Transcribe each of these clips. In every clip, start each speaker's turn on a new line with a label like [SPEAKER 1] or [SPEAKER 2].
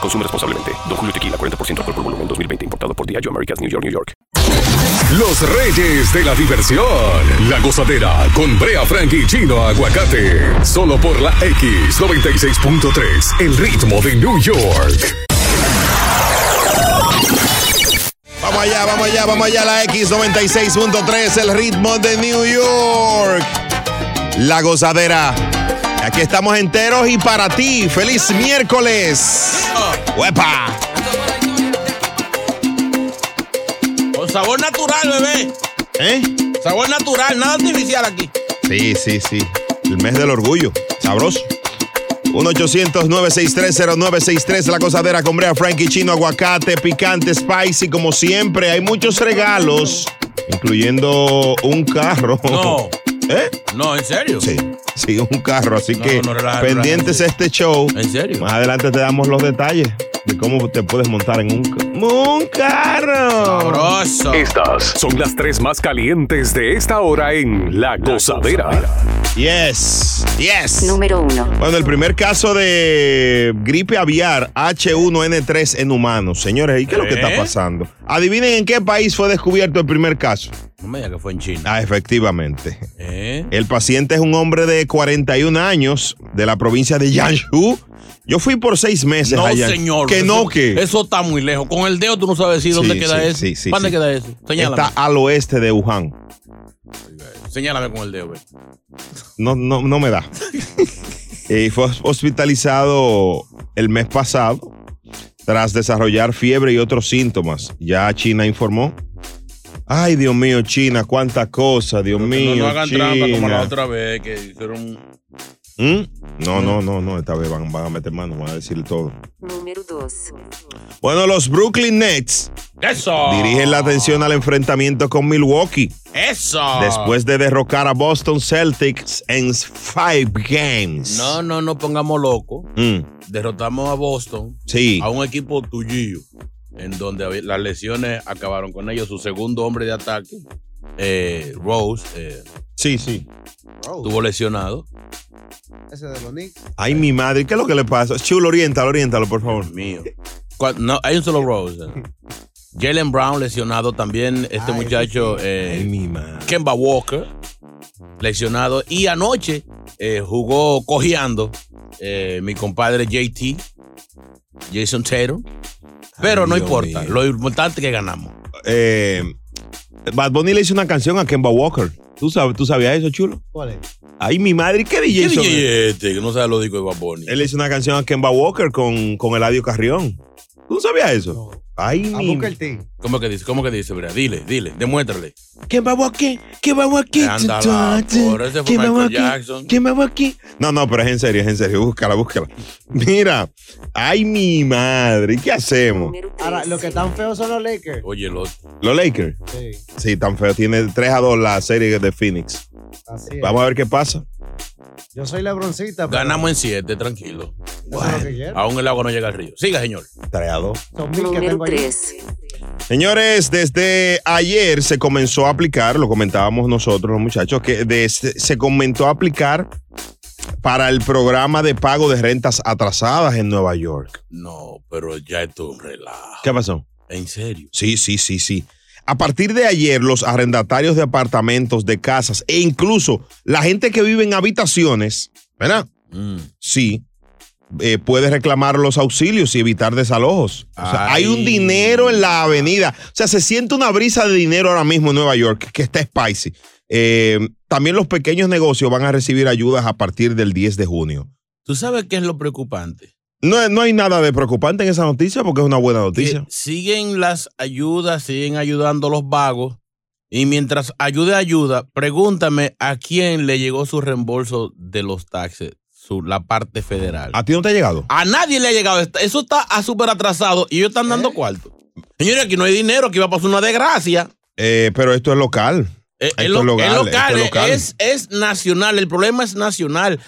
[SPEAKER 1] Consume responsablemente. Don Julio Tequila, 40% alcohol por volumen, 2020. Importado por Diageo Americas, New York, New York.
[SPEAKER 2] Los reyes de la diversión. La gozadera con Brea Frank y Chino Aguacate. Solo por la X96.3. El ritmo de New York.
[SPEAKER 3] Vamos allá, vamos allá, vamos allá. La X96.3, el ritmo de New York. La gozadera. Aquí estamos enteros y para ti. ¡Feliz miércoles! ¡Huepa!
[SPEAKER 4] Con sabor natural, bebé.
[SPEAKER 3] ¿Eh?
[SPEAKER 4] Sabor natural, nada artificial aquí.
[SPEAKER 3] Sí, sí, sí. El mes del orgullo. Sabroso. 1-800-963-0963, La Cosadera con Brea Frankie Chino, aguacate, picante, spicy, como siempre. Hay muchos regalos, incluyendo un carro.
[SPEAKER 4] No.
[SPEAKER 3] ¿Eh?
[SPEAKER 4] No, en serio.
[SPEAKER 3] Sí, sí, un carro. Así
[SPEAKER 4] No,
[SPEAKER 3] que
[SPEAKER 4] no, relaja,
[SPEAKER 3] pendientes a este show.
[SPEAKER 4] ¿En serio?
[SPEAKER 3] Más adelante te damos los detalles de cómo te puedes montar en un, ca- un carro.
[SPEAKER 4] Sabroso.
[SPEAKER 2] Estas son las tres más calientes de esta hora en La Gozadera.
[SPEAKER 3] Yes, yes.
[SPEAKER 5] Número 1.
[SPEAKER 3] Bueno, el primer caso de gripe aviar H1N3 en humanos. Señores, ¿y qué es lo que está
[SPEAKER 4] ¿Eh?
[SPEAKER 3] pasando? Adivinen en qué país fue descubierto el primer caso.
[SPEAKER 4] No me digas que fue en China.
[SPEAKER 3] Ah, efectivamente.
[SPEAKER 4] ¿Eh?
[SPEAKER 3] El paciente es un hombre de 41 años de la provincia de Jiangsu. Yo fui por seis meses
[SPEAKER 4] No,
[SPEAKER 3] allá.
[SPEAKER 4] señor.
[SPEAKER 3] Que no,
[SPEAKER 4] Eso-
[SPEAKER 3] que
[SPEAKER 4] Eso está muy lejos. Con el dedo tú no sabes si dónde
[SPEAKER 3] Sí,
[SPEAKER 4] queda
[SPEAKER 3] sí,
[SPEAKER 4] eso.
[SPEAKER 3] sí, sí,
[SPEAKER 4] ¿Dónde
[SPEAKER 3] sí.
[SPEAKER 4] queda eso? Señálame.
[SPEAKER 3] está al oeste de Wuhan.
[SPEAKER 4] Señálame con el dedo, bebé.
[SPEAKER 3] No, no, no me da. Eh, fue hospitalizado el mes pasado tras desarrollar fiebre y otros síntomas. Ya China informó. Ay, Dios mío, China, cuánta cosa, Dios mío.
[SPEAKER 4] No, no hagan
[SPEAKER 3] China.
[SPEAKER 4] trampa como la otra vez que hicieron.
[SPEAKER 3] ¿Mm? No, no, no, no, esta vez van, van a meter mano, van a decir todo.
[SPEAKER 5] Número 2.
[SPEAKER 3] Bueno, los Brooklyn Nets
[SPEAKER 4] ¡Eso!
[SPEAKER 3] dirigen la atención al enfrentamiento con Milwaukee
[SPEAKER 4] ¡Eso!
[SPEAKER 3] después de derrocar a Boston Celtics en five games.
[SPEAKER 4] No, no, no pongamos loco.
[SPEAKER 3] Mm,
[SPEAKER 4] Derrotamos a Boston,
[SPEAKER 3] sí.
[SPEAKER 4] a un equipo tuyo, en donde había- las lesiones acabaron con ellos. Su segundo hombre de ataque, eh, Rose, eh,
[SPEAKER 3] Sí, sí.
[SPEAKER 4] estuvo lesionado.
[SPEAKER 6] Ese de los Knicks.
[SPEAKER 3] Ay, mi madre, ¿qué es lo que le pasa? Chulo, oriéntalo, oriéntalo, por favor.
[SPEAKER 4] Dios mío. Cua- No, hay un solo Rose. eh. Jalen Brown lesionado también. Este
[SPEAKER 6] Ah, ese
[SPEAKER 4] muchacho,
[SPEAKER 3] Ay,
[SPEAKER 4] eh,
[SPEAKER 3] mi madre.
[SPEAKER 4] Kemba Walker, lesionado. Y anoche eh, jugó cojeando eh, mi compadre JT, Jason Tatum. Pero
[SPEAKER 3] Ay,
[SPEAKER 4] no
[SPEAKER 3] Dios
[SPEAKER 4] importa.
[SPEAKER 3] mío.
[SPEAKER 4] Lo importante es que ganamos.
[SPEAKER 3] Eh, Bad Bunny le hizo una canción a Kemba Walker. ¿Tú, sabes, ¿Tú sabías eso, chulo?
[SPEAKER 6] ¿Cuál es?
[SPEAKER 3] Ay, mi madre, ¿qué DJ
[SPEAKER 4] ¿Qué
[SPEAKER 3] son?
[SPEAKER 4] DJ este que no sabe lo discos de Bad Bunny?
[SPEAKER 3] Él le hizo una canción a Kemba Walker con, con Eladio Carrión. ¿Tú sabías eso? Ay,
[SPEAKER 6] A
[SPEAKER 3] mi
[SPEAKER 6] Booker T.
[SPEAKER 4] ¿Cómo que dice? ¿Cómo que dice? Brea? Dile, dile, demuéstrale.
[SPEAKER 3] Kemba Walker, Kemba Walker.
[SPEAKER 4] Ándala, por ese fue
[SPEAKER 3] Kemba
[SPEAKER 4] Michael
[SPEAKER 3] Walker.
[SPEAKER 4] Jackson.
[SPEAKER 3] ¿Quién me va aquí? No, no, pero es en serio, es en serio. Búscala, búscala. Mira, ay, mi madre, ¿qué hacemos?
[SPEAKER 5] Número 3.
[SPEAKER 6] Ahora, los que están feos son los Lakers.
[SPEAKER 4] Oye, el otro.
[SPEAKER 3] Los Lakers.
[SPEAKER 6] Sí,
[SPEAKER 3] Sí, tan feo. Tiene 3 a 2 la serie de Phoenix.
[SPEAKER 6] así es.
[SPEAKER 3] Vamos a ver qué pasa.
[SPEAKER 6] Yo soy lebroncita. pero
[SPEAKER 4] Ganamos en siete, tranquilo.
[SPEAKER 6] eso es lo que quiero.
[SPEAKER 4] Aún el agua no llega al río. Siga, señor.
[SPEAKER 3] 3 a 2.
[SPEAKER 6] Son mil que
[SPEAKER 5] Número
[SPEAKER 6] tengo ahí.
[SPEAKER 5] 3.
[SPEAKER 3] Señores, desde ayer se comenzó a aplicar, lo comentábamos nosotros los muchachos, que de- este, se comenzó a aplicar para el programa de pago de rentas atrasadas en Nueva York.
[SPEAKER 4] No, pero ya esto es un relajo.
[SPEAKER 3] ¿Qué pasó?
[SPEAKER 4] En serio.
[SPEAKER 3] Sí, sí, sí, sí. A partir de ayer, los arrendatarios de apartamentos, de casas e incluso la gente que vive en habitaciones, ¿verdad?
[SPEAKER 4] Mm.
[SPEAKER 3] Sí, eh, puede reclamar los auxilios y evitar desalojos. O sea, hay un dinero en la avenida. O sea, se siente una brisa de dinero ahora mismo en Nueva York que está spicy. Eh, también los pequeños negocios van a recibir ayudas a partir del 10 de junio.
[SPEAKER 4] ¿Tú sabes qué es lo preocupante?
[SPEAKER 3] No, no hay nada de preocupante en esa noticia porque es una buena noticia.
[SPEAKER 4] Que siguen las ayudas, siguen ayudando los vagos. Y mientras ayude ayuda, pregúntame a quién le llegó su reembolso de los taxes, su- la parte federal.
[SPEAKER 3] ¿A ti no te ha llegado?
[SPEAKER 4] A nadie le ha llegado. esta- Eso está a súper atrasado y ellos están
[SPEAKER 6] ¿Eh?
[SPEAKER 4] dando cuarto. Señores, aquí no hay dinero, aquí va a pasar una desgracia.
[SPEAKER 3] Eh, pero esto es local.
[SPEAKER 4] Eh,
[SPEAKER 3] Esto
[SPEAKER 4] Es, lo- es local,
[SPEAKER 3] esto
[SPEAKER 4] eh, es- es nacional. El problema es nacional.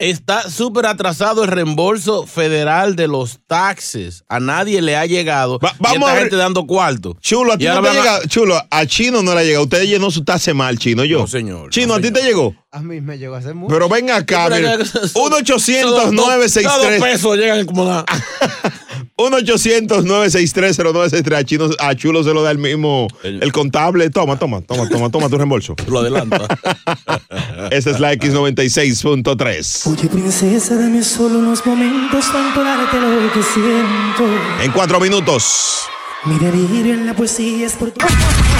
[SPEAKER 4] Está súper atrasado el reembolso federal de los taxes. A nadie le ha llegado.
[SPEAKER 3] Va-
[SPEAKER 4] Y
[SPEAKER 3] vamos
[SPEAKER 4] esta
[SPEAKER 3] a ver-
[SPEAKER 4] gente dando cuarto.
[SPEAKER 3] Chulo, a ti
[SPEAKER 4] Y
[SPEAKER 3] no
[SPEAKER 4] ahora
[SPEAKER 3] te ha
[SPEAKER 4] van a-
[SPEAKER 3] llegado. Chulo, a Chino no le ha llegado. Usted llenó su tase mal, Chino, yo.
[SPEAKER 4] No, señor.
[SPEAKER 3] Chino,
[SPEAKER 4] no,
[SPEAKER 3] ¿a ti
[SPEAKER 4] señor.
[SPEAKER 3] te llegó?
[SPEAKER 6] A mí me llegó a hacer mucho.
[SPEAKER 3] Pero ven acá,
[SPEAKER 4] Pero
[SPEAKER 3] mira.
[SPEAKER 4] ya- son- son dos- dos
[SPEAKER 3] 1-800-963.
[SPEAKER 4] pesos llegan como la-
[SPEAKER 3] 1-800-963-0963. A, Chino- a Chulo se lo da el mismo,
[SPEAKER 4] El-
[SPEAKER 3] el contable. Toma, toma, toma, toma, toma tu reembolso.
[SPEAKER 4] Lo adelanta.
[SPEAKER 3] Esa es la X96.3.
[SPEAKER 7] Oye, princesa, dame solo unos momentos para implorarte lo que siento.
[SPEAKER 3] En cuatro minutos.
[SPEAKER 7] Mi delirio en la poesía es por tu.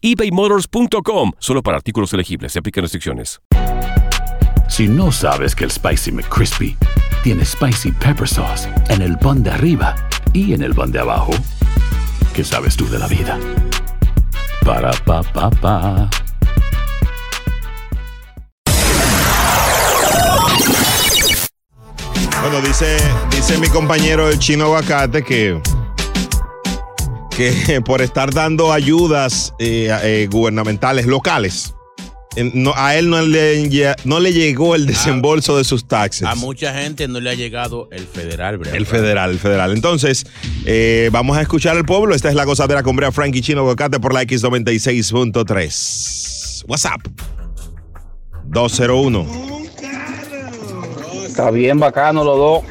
[SPEAKER 1] ebaymotors.com. Solo para artículos elegibles. Se aplican restricciones.
[SPEAKER 8] Si no sabes que el Spicy McCrispy tiene Spicy Pepper Sauce en el pan de arriba y en el pan de abajo, ¿qué sabes tú de la vida? Para, pa, pa, pa.
[SPEAKER 3] Bueno, dice, dice mi compañero el chino aguacate que, que por estar dando ayudas eh, eh, gubernamentales locales, eh, no- a él no le, ya- no le llegó el desembolso de sus taxes.
[SPEAKER 4] A mucha gente no le ha llegado el federal, Brea.
[SPEAKER 3] El federal, el federal. Entonces, eh, vamos a escuchar al pueblo. Esta es la gozadera con Brea Frank y Chino Aguacate por la X96.3. WhatsApp. 201.
[SPEAKER 9] Está bien bacano los dos.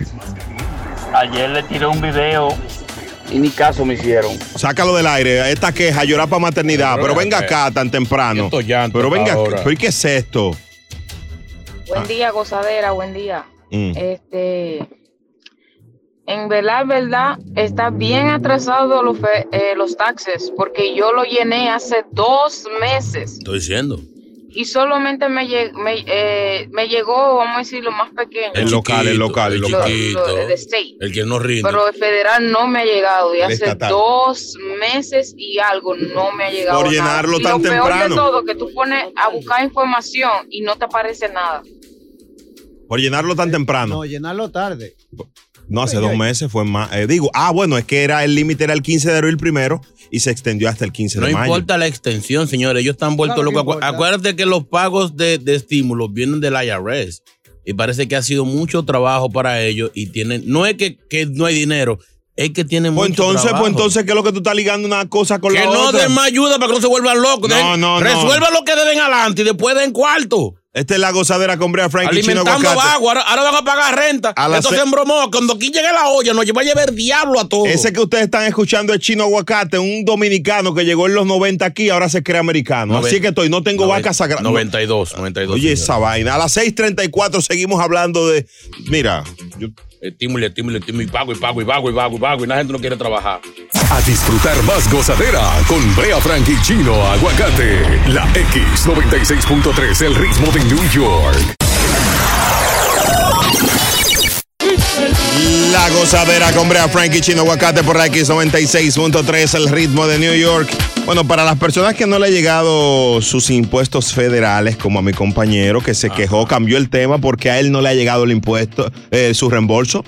[SPEAKER 9] Ayer le tiré un video y ni caso me hicieron.
[SPEAKER 3] Sácalo del aire. Esta queja, llorar para maternidad. Pero,
[SPEAKER 4] Pero
[SPEAKER 3] venga
[SPEAKER 4] venga,
[SPEAKER 3] acá tan temprano.
[SPEAKER 4] esto llanto
[SPEAKER 3] pero venga
[SPEAKER 4] ahora.
[SPEAKER 3] acá. ¿Pero ¿y qué es esto? Ah.
[SPEAKER 10] Buen día, gozadera, buen día.
[SPEAKER 3] Mm.
[SPEAKER 10] Este, en verdad, en verdad, está bien atrasado los, fe- eh, los taxes, porque yo lo llené hace dos meses
[SPEAKER 4] Estoy diciendo.
[SPEAKER 10] y solamente me, lle- me, eh, me llegó, vamos a decir, lo más pequeño,
[SPEAKER 3] El local, el local, el
[SPEAKER 4] el
[SPEAKER 3] local.
[SPEAKER 4] chiquito,
[SPEAKER 10] Lo- lo- el state.
[SPEAKER 4] el que no rinde.
[SPEAKER 10] pero el federal no me ha llegado y
[SPEAKER 3] El
[SPEAKER 10] hace
[SPEAKER 3] estatal.
[SPEAKER 10] dos meses y algo no me ha llegado.
[SPEAKER 3] Por
[SPEAKER 10] nada.
[SPEAKER 3] llenarlo
[SPEAKER 10] y
[SPEAKER 3] tan
[SPEAKER 10] lo Peor
[SPEAKER 3] temprano.
[SPEAKER 10] de todo, que tú pones a buscar información y no te aparece nada.
[SPEAKER 3] Por llenarlo tan temprano.
[SPEAKER 6] Eh, No, llenarlo tarde.
[SPEAKER 3] No, hace dos meses fue más. eh, digo, ah, bueno, es que era el límite era el 15 de abril primero y se extendió hasta el 15
[SPEAKER 4] no
[SPEAKER 3] de mayo.
[SPEAKER 4] importa la extensión, señores. Ellos están vueltos
[SPEAKER 6] Claro que
[SPEAKER 4] locos. Acu-
[SPEAKER 6] importa.
[SPEAKER 4] Acuérdate que los pagos de, de estímulos vienen del IRS. Y parece que ha sido mucho trabajo para ellos. Y tienen. No es que, que no hay dinero, es que tienen
[SPEAKER 3] Pues
[SPEAKER 4] mucho
[SPEAKER 3] entonces,
[SPEAKER 4] trabajo.
[SPEAKER 3] pues entonces, ¿qué es lo que tú estás ligando una cosa con
[SPEAKER 4] Que
[SPEAKER 3] la
[SPEAKER 4] no
[SPEAKER 3] otra?
[SPEAKER 4] den más ayuda para que no se vuelvan locos.
[SPEAKER 3] No,
[SPEAKER 4] Dejen-
[SPEAKER 3] no, no.
[SPEAKER 4] Resuelvan lo que deben adelante y después den cuarto.
[SPEAKER 3] Esta es la gozadera con Brea Frank y Chino
[SPEAKER 4] alimentando
[SPEAKER 3] Aguacate.
[SPEAKER 4] vago. Ahora, ahora van a pagar renta.
[SPEAKER 3] A la
[SPEAKER 4] Esto
[SPEAKER 3] se-
[SPEAKER 4] se embromó. Cuando aquí llegue la olla, nos va a llevar el diablo a todos.
[SPEAKER 3] Ese que ustedes están escuchando es Chino Aguacate, un dominicano que llegó en los 90 aquí, ahora se cree americano.
[SPEAKER 4] Noven-
[SPEAKER 3] Así que estoy, no tengo
[SPEAKER 4] Noven-
[SPEAKER 3] vaca sagrada.
[SPEAKER 4] 92, 92.
[SPEAKER 3] Oye,
[SPEAKER 4] señor.
[SPEAKER 3] esa vaina. A las 6:34 seguimos hablando de. Mira, yo-
[SPEAKER 4] Estímulo, estímulo, estímulo. Y pago, y pago, y pago, y pago, y pago. Y la gente no quiere trabajar.
[SPEAKER 2] A disfrutar más gozadera con Brea Frank y Chino Aguacate. La X96.3, el ritmo de New York.
[SPEAKER 3] la gozadera con Brea Frank y Chino Aguacate por la X96.3, el ritmo de New York. Bueno, para las personas que no le ha llegado sus impuestos federales, como a mi compañero que se quejó, cambió el tema porque a él no le ha llegado el impuesto, eh, su reembolso.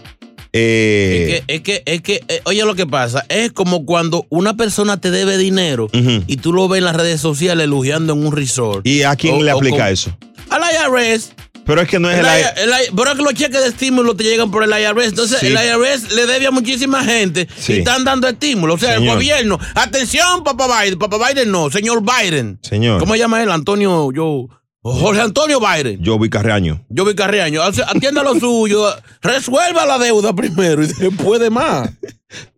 [SPEAKER 3] Eh,
[SPEAKER 4] Es que, es que, es que, eh, oye, lo que pasa es como cuando una persona te debe dinero
[SPEAKER 3] Ujú.
[SPEAKER 4] y tú lo ves en las redes sociales elogiando en un resort.
[SPEAKER 3] ¿Y a quién
[SPEAKER 4] O-
[SPEAKER 3] le
[SPEAKER 4] o
[SPEAKER 3] aplica
[SPEAKER 4] con-
[SPEAKER 3] eso?
[SPEAKER 4] Al IRS.
[SPEAKER 3] Pero es que no es
[SPEAKER 4] El
[SPEAKER 3] el,
[SPEAKER 4] I-
[SPEAKER 3] I-
[SPEAKER 4] el I- pero es que los cheques de estímulo te llegan por el IRS. Entonces,
[SPEAKER 3] Sí.
[SPEAKER 4] el IRS le debe a muchísima gente
[SPEAKER 3] Sí.
[SPEAKER 4] y están dando estímulo. O sea, el
[SPEAKER 3] Señor.
[SPEAKER 4] gobierno. Atención, papá Biden. Papá Biden no, señor Biden.
[SPEAKER 3] Señor.
[SPEAKER 4] ¿Cómo se llama él? Antonio, yo. Jorge Antonio Biden.
[SPEAKER 3] Yo vi Carreaño.
[SPEAKER 4] Yo vi Carreaño. O sea, Atienda lo suyo. Resuelva la deuda primero y después de más.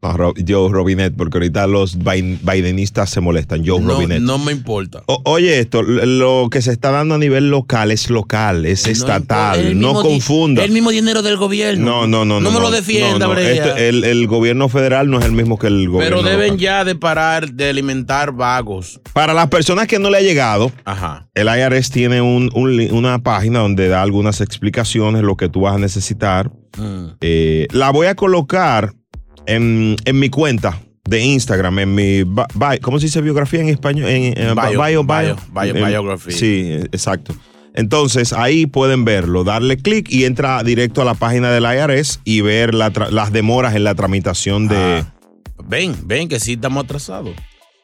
[SPEAKER 3] No, Ro- Joe Robinet, porque ahorita los Bi- Bidenistas se molestan. Joe
[SPEAKER 4] No,
[SPEAKER 3] Robinet.
[SPEAKER 4] no me importa.
[SPEAKER 3] O- oye, esto, l- lo que se está dando a nivel local es local, es
[SPEAKER 4] Es el
[SPEAKER 3] estatal. No
[SPEAKER 4] mismo di-
[SPEAKER 3] confunda.
[SPEAKER 4] El mismo dinero del gobierno.
[SPEAKER 3] No, no, no, no.
[SPEAKER 4] No me lo defienda,
[SPEAKER 3] no, no.
[SPEAKER 4] Brea.
[SPEAKER 3] Este- el, el gobierno federal no es el mismo que el gobierno.
[SPEAKER 4] Pero deben
[SPEAKER 3] local.
[SPEAKER 4] ya de parar de alimentar vagos.
[SPEAKER 3] Para las personas que no le ha llegado,
[SPEAKER 4] Ajá.
[SPEAKER 3] el IRS tiene un- un li- una página donde da algunas explicaciones, lo que tú vas a necesitar.
[SPEAKER 4] Mm.
[SPEAKER 3] Eh, la voy a colocar en, en mi cuenta de Instagram, en mi bi- bi- ¿cómo se dice biografía en español? En, en-
[SPEAKER 4] Bio,
[SPEAKER 3] bio, bio,
[SPEAKER 4] bio, bio-
[SPEAKER 3] En-
[SPEAKER 4] biography.
[SPEAKER 3] Sí, eh, exacto. Entonces ahí pueden verlo, darle clic y entra directo a la página del IRS y ver la tra- las demoras en la tramitación de...
[SPEAKER 4] Ah. Ven, ven que sí estamos atrasados.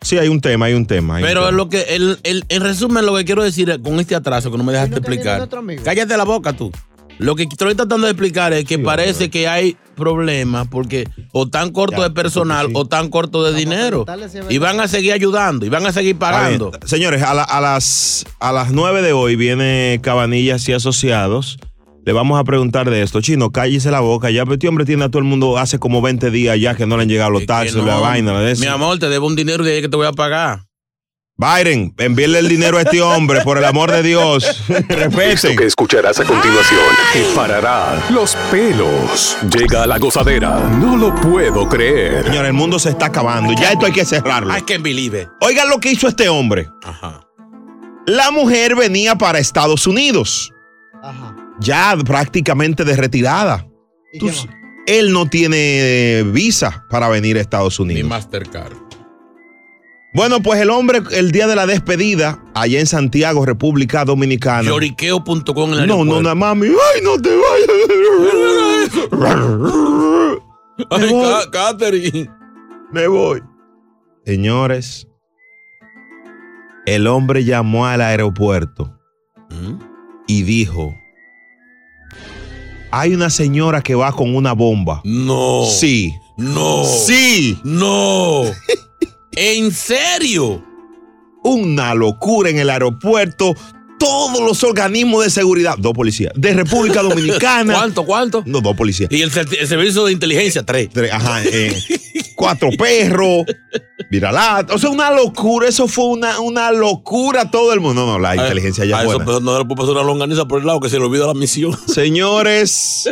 [SPEAKER 3] Sí, hay un tema, hay un tema. hay un
[SPEAKER 4] Pero
[SPEAKER 3] tema.
[SPEAKER 4] lo que, el, el- en resumen, lo que quiero decir es, con este atraso que no me dejaste explicar. Cállate la boca tú. Lo que estoy tratando de explicar es que parece que hay problemas porque o tan corto de personal o tan corto de dinero. Y van a seguir ayudando y van a seguir
[SPEAKER 3] Está bien.
[SPEAKER 4] pagando.
[SPEAKER 3] Señores, a, la- a las, a las 9 de hoy viene Cabanillas y Asociados. Le vamos a preguntar de esto. Chino, cállese la boca. Ya, pero este hombre tiene a todo el mundo hace como 20 días ya que no le han llegado los taxis,
[SPEAKER 4] no,
[SPEAKER 3] la vaina, la de eso.
[SPEAKER 4] Mi amor, te debo un dinero de ahí que te voy a pagar.
[SPEAKER 3] Biden, envíele el dinero a este hombre, por el amor de Dios.
[SPEAKER 2] Esto
[SPEAKER 3] Respeten.
[SPEAKER 2] que escucharás a continuación te parará los pelos. Llega la gozadera. No lo puedo creer.
[SPEAKER 3] Señor, el mundo se está acabando. Ya esto hay que cerrarlo.
[SPEAKER 4] I can't believe it.
[SPEAKER 3] Oigan lo que hizo este hombre. La mujer venía para Estados Unidos. Ya prácticamente de retirada. Tú s- él no tiene eh, visa para venir a Estados
[SPEAKER 4] Mi
[SPEAKER 3] Unidos.
[SPEAKER 4] Mastercard.
[SPEAKER 3] Bueno, pues el hombre, el día de la despedida, allá en Santiago, República Dominicana.
[SPEAKER 4] Lloriqueo.com en el
[SPEAKER 3] Ah, No, no,
[SPEAKER 4] aeropuerto.
[SPEAKER 3] nada, mami. Ay, no te vayas. Me
[SPEAKER 4] Ay,
[SPEAKER 3] voy.
[SPEAKER 4] Ca- Catherine.
[SPEAKER 3] Me voy. Señores, el hombre llamó al aeropuerto
[SPEAKER 4] ¿Mm?
[SPEAKER 3] y dijo: Hay una señora que va con una bomba.
[SPEAKER 4] No.
[SPEAKER 3] Sí.
[SPEAKER 4] No.
[SPEAKER 3] Sí.
[SPEAKER 4] No. ¿En serio?
[SPEAKER 3] Una locura en el aeropuerto. Todos los organismos de seguridad, dos policías, de República Dominicana.
[SPEAKER 4] ¿Cuánto, cuánto?
[SPEAKER 3] No, dos policías.
[SPEAKER 4] Y el, cer- el servicio de inteligencia, tres.
[SPEAKER 3] Tres, ajá, eh, cuatro perros, viralat. O sea, una locura. Eso fue una, una locura todo el mundo. No, no, la inteligencia ya
[SPEAKER 4] a
[SPEAKER 3] es
[SPEAKER 4] eso
[SPEAKER 3] buena.
[SPEAKER 4] pues, no le puedo pasar una longaniza por el lado que se le olvida la misión.
[SPEAKER 3] Señores,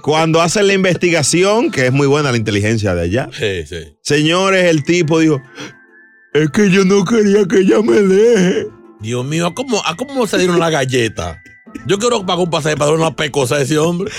[SPEAKER 3] cuando hacen la investigación, que es muy buena la inteligencia de allá,
[SPEAKER 4] Sí, sí.
[SPEAKER 3] señores, el tipo dijo, es que yo no quería que ella me deje.
[SPEAKER 4] Dios mío, ¿a cómo, a cómo se dieron la galleta? Yo quiero pagar un pasaje para dar una pecosa a ese hombre.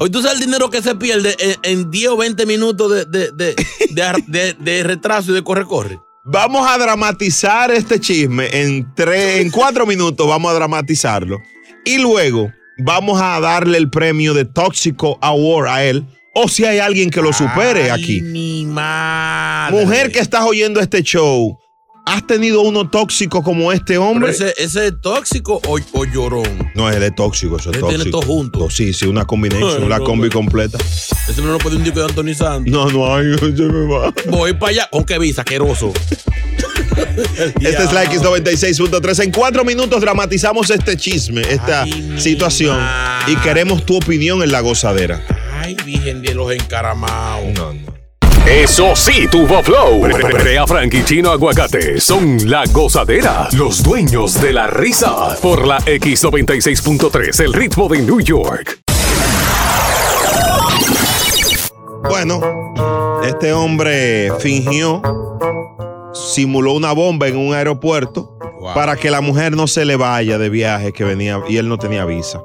[SPEAKER 4] Hoy tú sabes el dinero que se pierde en, en 10 o 20 minutos de, de, de, de ar- de- de retraso y de corre-corre.
[SPEAKER 3] Vamos a dramatizar este chisme en, tres, en cuatro minutos, vamos a dramatizarlo. Y luego vamos a darle el premio de Tóxico Award a él, o si hay alguien que lo supere aquí.
[SPEAKER 4] Mi madre.
[SPEAKER 3] Mujer que estás oyendo este show, ¿has tenido uno tóxico como este
[SPEAKER 4] Pero
[SPEAKER 3] hombre?
[SPEAKER 4] ese, ese es tóxico o, o llorón.
[SPEAKER 3] No, él es tóxico, eso es
[SPEAKER 4] Él
[SPEAKER 3] tóxico.
[SPEAKER 4] tiene todo junto.
[SPEAKER 3] No, Oh, sí, sí, una combinación, una combi completa.
[SPEAKER 4] Ese hombre no puede un disco de Anthony Santos.
[SPEAKER 3] No, no, ay, se me va.
[SPEAKER 4] Voy para allá. ¿Con qué visa? Asqueroso.
[SPEAKER 3] Esta Este es la X96.3. En cuatro minutos dramatizamos este chisme, esta situación. Y queremos tu opinión en la gozadera.
[SPEAKER 4] Ay, virgen de los encaramados.
[SPEAKER 3] No, no.
[SPEAKER 2] Eso sí, tuvo flow. Brea Frank y Chino Aguacate son la gozadera, los dueños de la risa. Por la X96.3, el ritmo de New York.
[SPEAKER 3] Bueno, este hombre fingió, simuló una bomba en un aeropuerto para que la mujer no se le vaya de viaje que venía y él no tenía visa.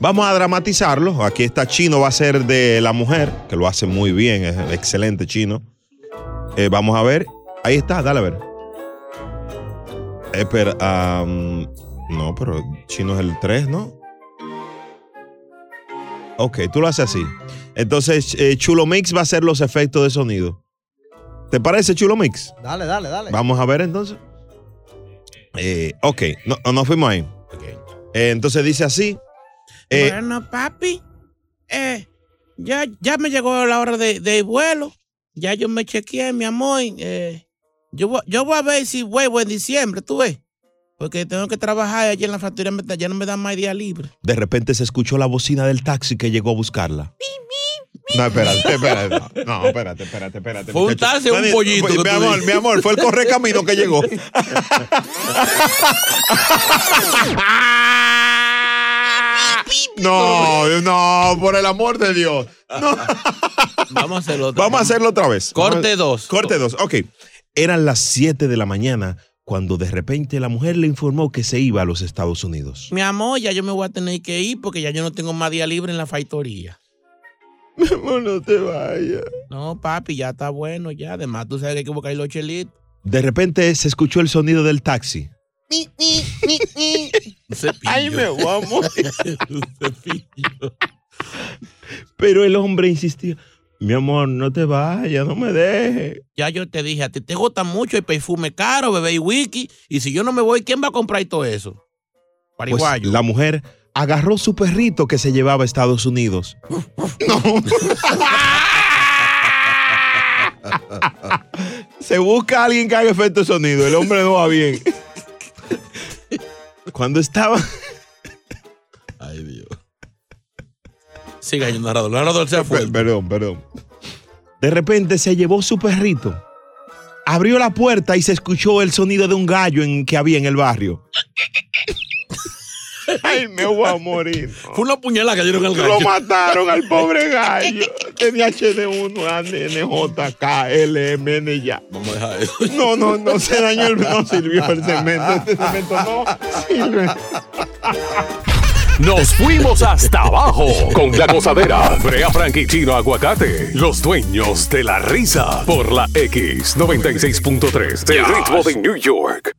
[SPEAKER 3] Vamos a dramatizarlo. Aquí está Chino, va a ser de la mujer, que lo hace muy bien, es excelente Chino. Eh, vamos a ver. Ahí está, dale a ver. Espera, am, no, pero Chino es el 3, ¿no? Ok, tú lo haces así. Entonces, eh, Chulo Mix va a hacer los efectos de sonido. ¿Te parece, Chulo Mix?
[SPEAKER 6] Dale, dale, dale.
[SPEAKER 3] Vamos a ver entonces. Eh, ok, no, no fuimos ahí. Eh, entonces dice así. Eh,
[SPEAKER 11] bueno, papi, eh, ya, ya me llegó la hora de, de vuelo. Ya yo me chequeé, mi amor. eh, yo, voy- yo voy a ver si vuelvo en diciembre, tú ves. Porque tengo que trabajar allí en la factoría, me- ya no me dan más día libre.
[SPEAKER 12] De repente se escuchó la bocina del taxi que llegó a buscarla.
[SPEAKER 3] No, espérate, espérate. No, espérate, espérate, espérate.
[SPEAKER 12] Fue un
[SPEAKER 3] muchacho.
[SPEAKER 12] taxi o un pollito que
[SPEAKER 3] Mi
[SPEAKER 12] tú
[SPEAKER 3] amor,
[SPEAKER 12] dices.
[SPEAKER 3] mi amor, fue el correcamino que llegó. No, no, por el amor de Dios.
[SPEAKER 4] Vamos a hacerlo otra
[SPEAKER 3] Vamos a hacerlo otra vez.
[SPEAKER 4] Corte
[SPEAKER 3] dos. Corte dos, ok.
[SPEAKER 12] Eran las 7 de la mañana cuando de repente la mujer le informó que se iba a los Estados Unidos.
[SPEAKER 11] Mi amor, ya yo me voy a tener que ir porque ya yo no tengo más día libre en la factoría.
[SPEAKER 3] Mi amor, no te vayas.
[SPEAKER 11] No, papi, ya está bueno, ya. Además, tú sabes que hay que buscar los chelitos.
[SPEAKER 12] De repente se escuchó el sonido del taxi.
[SPEAKER 11] Ay, me voy a morir.
[SPEAKER 12] Pero el hombre insistía, mi amor, no te vayas, no me dejes.
[SPEAKER 11] Ya yo te dije, a ti te gusta mucho el perfume caro, bebé y wiki. Y si yo no me voy, ¿quién va a comprar todo eso?
[SPEAKER 12] Pues,
[SPEAKER 11] Pariguayo.
[SPEAKER 12] la mujer agarró su perrito que se llevaba a Estados Unidos.
[SPEAKER 3] Se busca a alguien que haga efecto de sonido. El hombre no va bien. Cuando estaba.
[SPEAKER 4] Siga yo, narrador. Narrador sea fuerte.
[SPEAKER 3] Perdón, perdón.
[SPEAKER 12] De repente se llevó su perrito. Abrió la puerta y se escuchó el sonido de un gallo en, que había en el barrio.
[SPEAKER 3] Ay, me voy a morir.
[SPEAKER 4] Fue una puñalada que dieron al gallo.
[SPEAKER 3] Lo mataron al pobre gallo. Tenía HD1, ANJ, LMN ya.
[SPEAKER 4] Vamos a dejar eso.
[SPEAKER 3] No, no, no se dañó el. No sirvió el cemento. Este cemento no sirve.
[SPEAKER 2] Nos fuimos hasta abajo con la gozadera. Brea Frank y Chino Aguacate, los dueños de la risa por la X96.3. El ritmo de New York.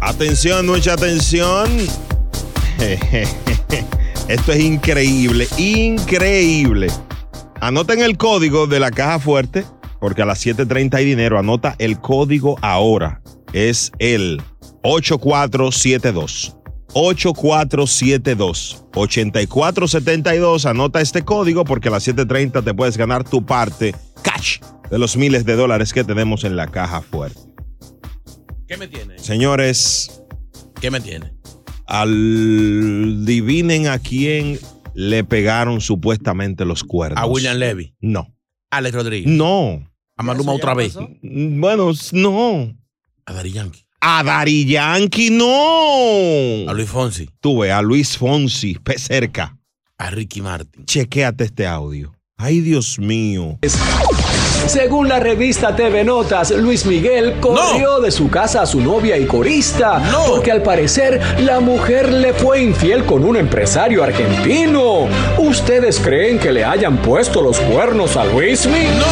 [SPEAKER 3] Atención, mucha atención. Esto es increíble, increíble. Anoten el código de la caja fuerte, porque a las 7.30 hay dinero. Anota el código ahora. Es el 8472. 8472. 8472. Anota este código porque a las 7.30 te puedes ganar tu parte cash de los miles de dólares que tenemos en la caja fuerte.
[SPEAKER 4] ¿Qué me tiene?
[SPEAKER 3] Señores,
[SPEAKER 4] ¿Qué me tiene?
[SPEAKER 3] al divinen a quién le pegaron supuestamente los cuernos.
[SPEAKER 4] A William Levy.
[SPEAKER 3] No.
[SPEAKER 4] Alex Rodríguez.
[SPEAKER 3] No.
[SPEAKER 4] A Maluma otra vez.
[SPEAKER 3] Bueno, no.
[SPEAKER 4] A Dari Yankee.
[SPEAKER 3] A Dari Yankee, no. A
[SPEAKER 4] Luis Fonsi.
[SPEAKER 3] Tuve a Luis Fonsi, pe- cerca.
[SPEAKER 4] A Ricky Martin.
[SPEAKER 3] Chequéate este audio. Ay, Dios mío.
[SPEAKER 13] Según la revista TV Notas, Luis Miguel corrió de su casa a su novia y corista porque al parecer la mujer le fue infiel con un empresario argentino. ¿Ustedes creen que le hayan puesto los cuernos a Luis Miguel?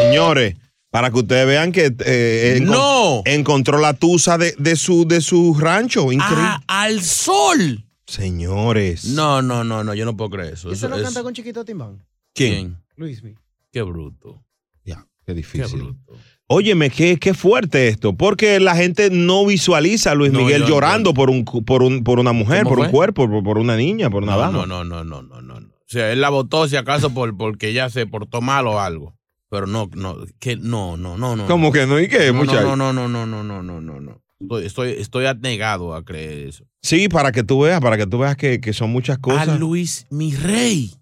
[SPEAKER 3] Señores, para que ustedes vean que eh, encon-
[SPEAKER 4] Ah,
[SPEAKER 3] encontró la tusa de, de su, de su rancho. Increíble.
[SPEAKER 4] Al sol.
[SPEAKER 3] Señores.
[SPEAKER 4] No, no, no, no, yo no puedo creer eso.
[SPEAKER 7] Eso
[SPEAKER 4] Eso
[SPEAKER 7] no
[SPEAKER 4] es-
[SPEAKER 7] canta con Chiquito Timbán.
[SPEAKER 4] ¿Quién?
[SPEAKER 7] Luismi.
[SPEAKER 4] Qué bruto.
[SPEAKER 3] Qué
[SPEAKER 4] Qué
[SPEAKER 3] difícil.
[SPEAKER 4] bruto.
[SPEAKER 3] Óyeme, qué, qué fuerte esto, porque la gente no visualiza a Luis
[SPEAKER 4] No,
[SPEAKER 3] Miguel
[SPEAKER 4] yo-
[SPEAKER 3] llorando por, un, cu- por, un, por una mujer,
[SPEAKER 4] ¿Cómo
[SPEAKER 3] por un
[SPEAKER 4] fue?
[SPEAKER 3] cuerpo, por, por una niña, por una
[SPEAKER 4] No,
[SPEAKER 3] dama.
[SPEAKER 4] no, no, no, no, no, no, no. O sea, él la votó si acaso por, porque ya se portó mal o algo. Pero no, no, que no, no, no, no.
[SPEAKER 3] ¿Cómo que no? ¿Y qué,
[SPEAKER 4] no,
[SPEAKER 3] muchacho?
[SPEAKER 4] No, no, no, no, no, no, no, no, no. Estoy, estoy, estoy negado a creer eso.
[SPEAKER 3] Sí, para que tú veas, para que tú veas que, que son muchas cosas.
[SPEAKER 4] A Luis, mi rey.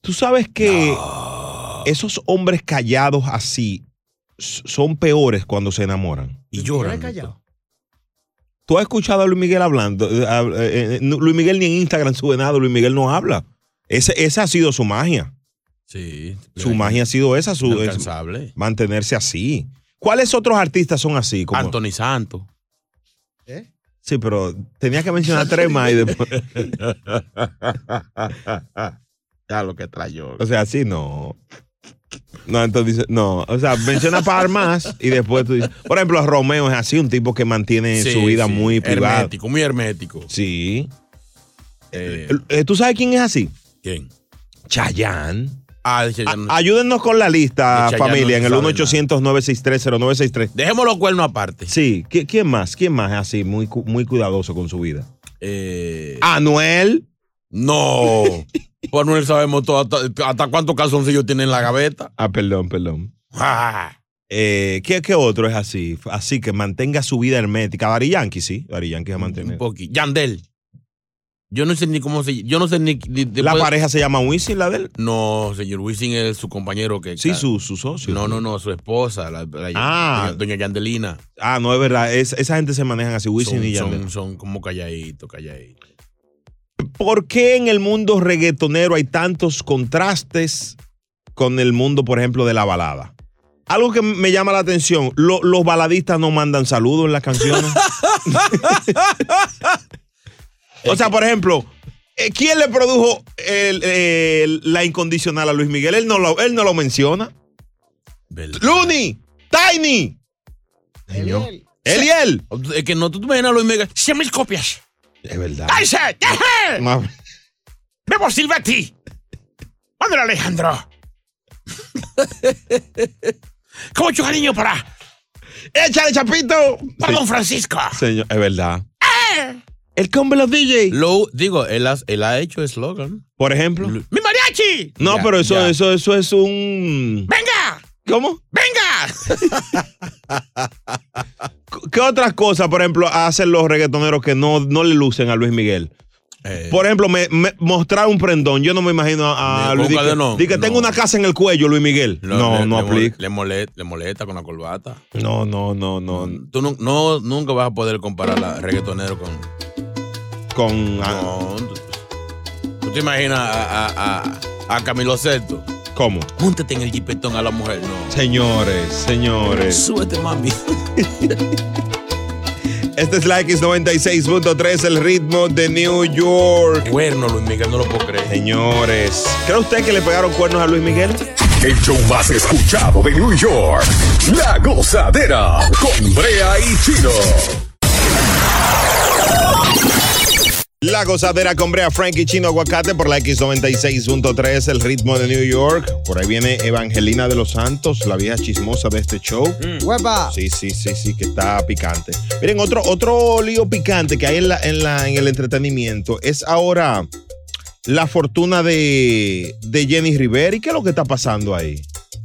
[SPEAKER 3] Tú sabes que esos hombres callados así s- son peores cuando se enamoran.
[SPEAKER 4] Y
[SPEAKER 7] Llora callado.
[SPEAKER 3] ¿Tú has escuchado a Luis Miguel hablando? Eh, hab- eh, eh, no, Luis Miguel ni en Instagram sube nada, Luis Miguel no habla. Ese- esa ha sido su magia.
[SPEAKER 4] Sí.
[SPEAKER 3] Su magia ha sido esa, su es-
[SPEAKER 4] Inalcanzable.
[SPEAKER 3] mantenerse así. ¿Cuáles otros artistas son así? Como-
[SPEAKER 4] Anthony Santos.
[SPEAKER 3] Sí, pero tenía que mencionar tres más y después.
[SPEAKER 4] Ya lo que trayó.
[SPEAKER 3] O sea, así no. No, entonces dice, no. O sea, menciona par más y después tú dices. Por ejemplo, Romeo es así, un tipo que mantiene
[SPEAKER 4] Sí,
[SPEAKER 3] su vida
[SPEAKER 4] sí.
[SPEAKER 3] muy privada.
[SPEAKER 4] Hermético, muy hermético.
[SPEAKER 3] Sí. Eh, ¿Tú sabes quién es así?
[SPEAKER 4] ¿Quién?
[SPEAKER 3] Chayanne.
[SPEAKER 4] Ah, de Chayanne.
[SPEAKER 3] Ayúdennos con la lista,
[SPEAKER 4] De Chayanne
[SPEAKER 3] familia, en
[SPEAKER 4] no
[SPEAKER 3] el
[SPEAKER 4] se
[SPEAKER 3] 1
[SPEAKER 4] sabe
[SPEAKER 3] 800 963 0963
[SPEAKER 4] Dejemos los cuernos aparte.
[SPEAKER 3] Sí. ¿Qui- ¿Quién más? ¿Quién más es así, muy, cu- muy cuidadoso con su vida?
[SPEAKER 4] Eh,
[SPEAKER 3] ¿Anuel?
[SPEAKER 4] no. Por Anuel sabemos todo, hasta, hasta cuántos calzoncillos tiene en la gaveta.
[SPEAKER 3] Ah, perdón, perdón.
[SPEAKER 4] Ah.
[SPEAKER 3] Eh, ¿qué, qué otro es así? Así que mantenga su vida hermética. Dari Yankee, sí. Dari Yankee se mantiene.
[SPEAKER 4] Un poquito. Yandel. Yo no sé ni cómo se. Yo no sé ni. ni-
[SPEAKER 3] ¿La
[SPEAKER 4] después-
[SPEAKER 3] pareja se llama Wisin, la de él?
[SPEAKER 4] No, señor Wisin es su compañero que.
[SPEAKER 3] Sí, su, su socio.
[SPEAKER 4] No, no, no, su esposa, la, la-
[SPEAKER 3] Ah.
[SPEAKER 4] doña, doña Yandelina.
[SPEAKER 3] Ah, no, es verdad. Es- esa gente se manejan así, Wisin
[SPEAKER 4] Son,
[SPEAKER 3] y Yandel.
[SPEAKER 4] son, son como calladito, calladito.
[SPEAKER 3] ¿Por qué en el mundo reggaetonero hay tantos contrastes con el mundo, por ejemplo, de la balada? Algo que me llama la atención, lo- los baladistas no mandan saludos en las canciones. o sea, por ejemplo, eh, ¿quién le produjo el- el- la incondicional a Luis Miguel? Él no lo, él no lo menciona. Luni, Tiny. Señor. Él y él.
[SPEAKER 4] Es que no, tú te imaginas a Luis Miguel. 100 mil copias.
[SPEAKER 3] Es verdad.
[SPEAKER 14] ¡Cállese! ¡Deje!
[SPEAKER 3] Ma-
[SPEAKER 14] ¡Bebo Silvetti! ¡Mándale Alejandro! ¡Con mucho cariño para.
[SPEAKER 3] ¡Échale, Chapito!
[SPEAKER 14] Para Don Francisco.
[SPEAKER 3] Señor, es verdad.
[SPEAKER 14] ¡Eh!
[SPEAKER 3] El combo los DJ.
[SPEAKER 4] Lo, digo, él, has- él ha hecho eslogan.
[SPEAKER 3] Por ejemplo.
[SPEAKER 14] ¡Mi mariachi!
[SPEAKER 3] No,
[SPEAKER 4] Ya,
[SPEAKER 3] pero eso,
[SPEAKER 4] ya.
[SPEAKER 3] eso, eso es un.
[SPEAKER 14] ¡Venga!
[SPEAKER 3] ¿Cómo?
[SPEAKER 14] ¡Venga!
[SPEAKER 3] ¿Qué otras cosas, por ejemplo, hacen los reggaetoneros que no, no le lucen a Luis Miguel?
[SPEAKER 4] Eh.
[SPEAKER 3] Por ejemplo, me, me- mostrar un prendón. Yo no me imagino a, a
[SPEAKER 4] Ni
[SPEAKER 3] Luis
[SPEAKER 4] con
[SPEAKER 3] Miguel.
[SPEAKER 4] cadenón,
[SPEAKER 3] Di que
[SPEAKER 4] no.
[SPEAKER 3] tengo una casa en el cuello, Luis Miguel.
[SPEAKER 4] Lo-
[SPEAKER 3] no,
[SPEAKER 4] le-
[SPEAKER 3] no
[SPEAKER 4] le mol-
[SPEAKER 3] aplica.
[SPEAKER 4] Le molesta, le molesta con la corbata. Mm,
[SPEAKER 3] No, no, no, no.
[SPEAKER 4] Tú nu- no, nunca vas a poder comparar a reggaetonero con.
[SPEAKER 3] Con.
[SPEAKER 4] No, tú, tú te imaginas a, a- a- a Camilo Sesto.
[SPEAKER 3] ¿Cómo?
[SPEAKER 4] Júntate en el jipetón a la mujer, no.
[SPEAKER 3] Señores, señores.
[SPEAKER 4] Súbete, mami.
[SPEAKER 3] Este es la X96.3, el ritmo de New York.
[SPEAKER 4] Cuerno, Luis Miguel, no lo puedo creer.
[SPEAKER 3] Señores. ¿Cree usted que le pegaron cuernos a Luis Miguel?
[SPEAKER 2] El show más escuchado de New York. La gozadera con Brea y Chino.
[SPEAKER 3] La gozadera con Brea Frankie Chino Aguacate por la X96.3, el ritmo de New York. Por ahí viene Evangelina de los Santos, la vieja chismosa de este show.
[SPEAKER 4] Mm.
[SPEAKER 7] ¡Huepa!
[SPEAKER 3] Sí, sí, sí, sí, que está picante. Miren, otro, otro lío picante que hay en, la, en, la, en el entretenimiento es ahora la fortuna de, de Jenny Rivera. ¿Y qué es lo que está pasando ahí?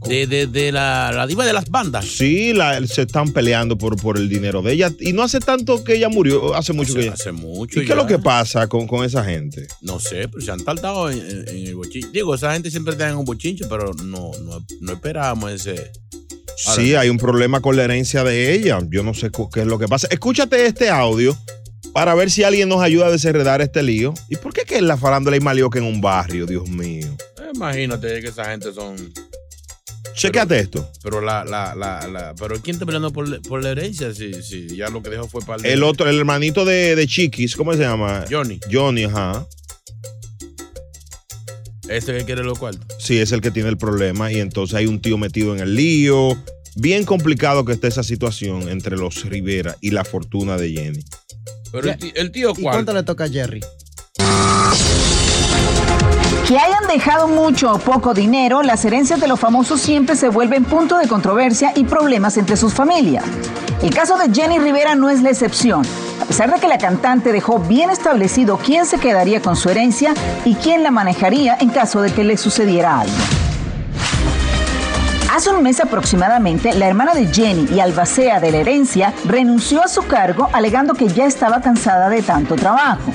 [SPEAKER 4] De, de, de la, la diva de las bandas.
[SPEAKER 3] Sí, la- se están peleando por, por el dinero de ella. Y no hace tanto que ella murió, hace mucho que ella.
[SPEAKER 4] Hace mucho.
[SPEAKER 3] ¿Y qué
[SPEAKER 4] ya.
[SPEAKER 3] es lo que pasa con, con esa gente?
[SPEAKER 4] No sé, pero se han tardado en, en- en el bochinche. Digo, esa gente siempre está en un bochinche, pero no, no, no esperábamos ese.
[SPEAKER 3] Sí, hay un problema con la herencia de ella. Yo no sé cu- qué es lo que pasa. Escúchate este audio para ver si alguien nos ayuda a desenredar este lío. ¿Y por qué que en la farándula hay más lío que en un barrio, Dios mío?
[SPEAKER 4] Imagínate que esa gente son.
[SPEAKER 3] Chequéate esto.
[SPEAKER 4] Pero la, la, la, la- pero ¿quién está peleando por, la- por la herencia? Si, si ya lo que dejó fue para
[SPEAKER 3] El otro, el hermanito de, de Chiquis, ¿cómo se llama?
[SPEAKER 4] Johnny.
[SPEAKER 3] Johnny, ajá.
[SPEAKER 4] Ese Este que quiere los cuartos.
[SPEAKER 3] Sí, es el que tiene el problema. Y entonces hay un tío metido en el lío. bien complicado que está esa situación entre los Rivera y la fortuna de Jenny.
[SPEAKER 4] Pero el tío, el tío
[SPEAKER 6] ¿Y
[SPEAKER 4] cuál?
[SPEAKER 6] cuánto le toca a Jerry?
[SPEAKER 15] Que hayan dejado mucho o poco dinero, las herencias de los famosos siempre se vuelven punto de controversia y problemas entre sus familias. El caso de Jenny Rivera no es la excepción. A pesar de que la cantante dejó bien establecido quién se quedaría con su herencia y quién la manejaría en caso de que le sucediera algo. Hace un mes aproximadamente, la hermana de Jenny y albacea de la herencia renunció a su cargo alegando que ya estaba cansada de tanto trabajo.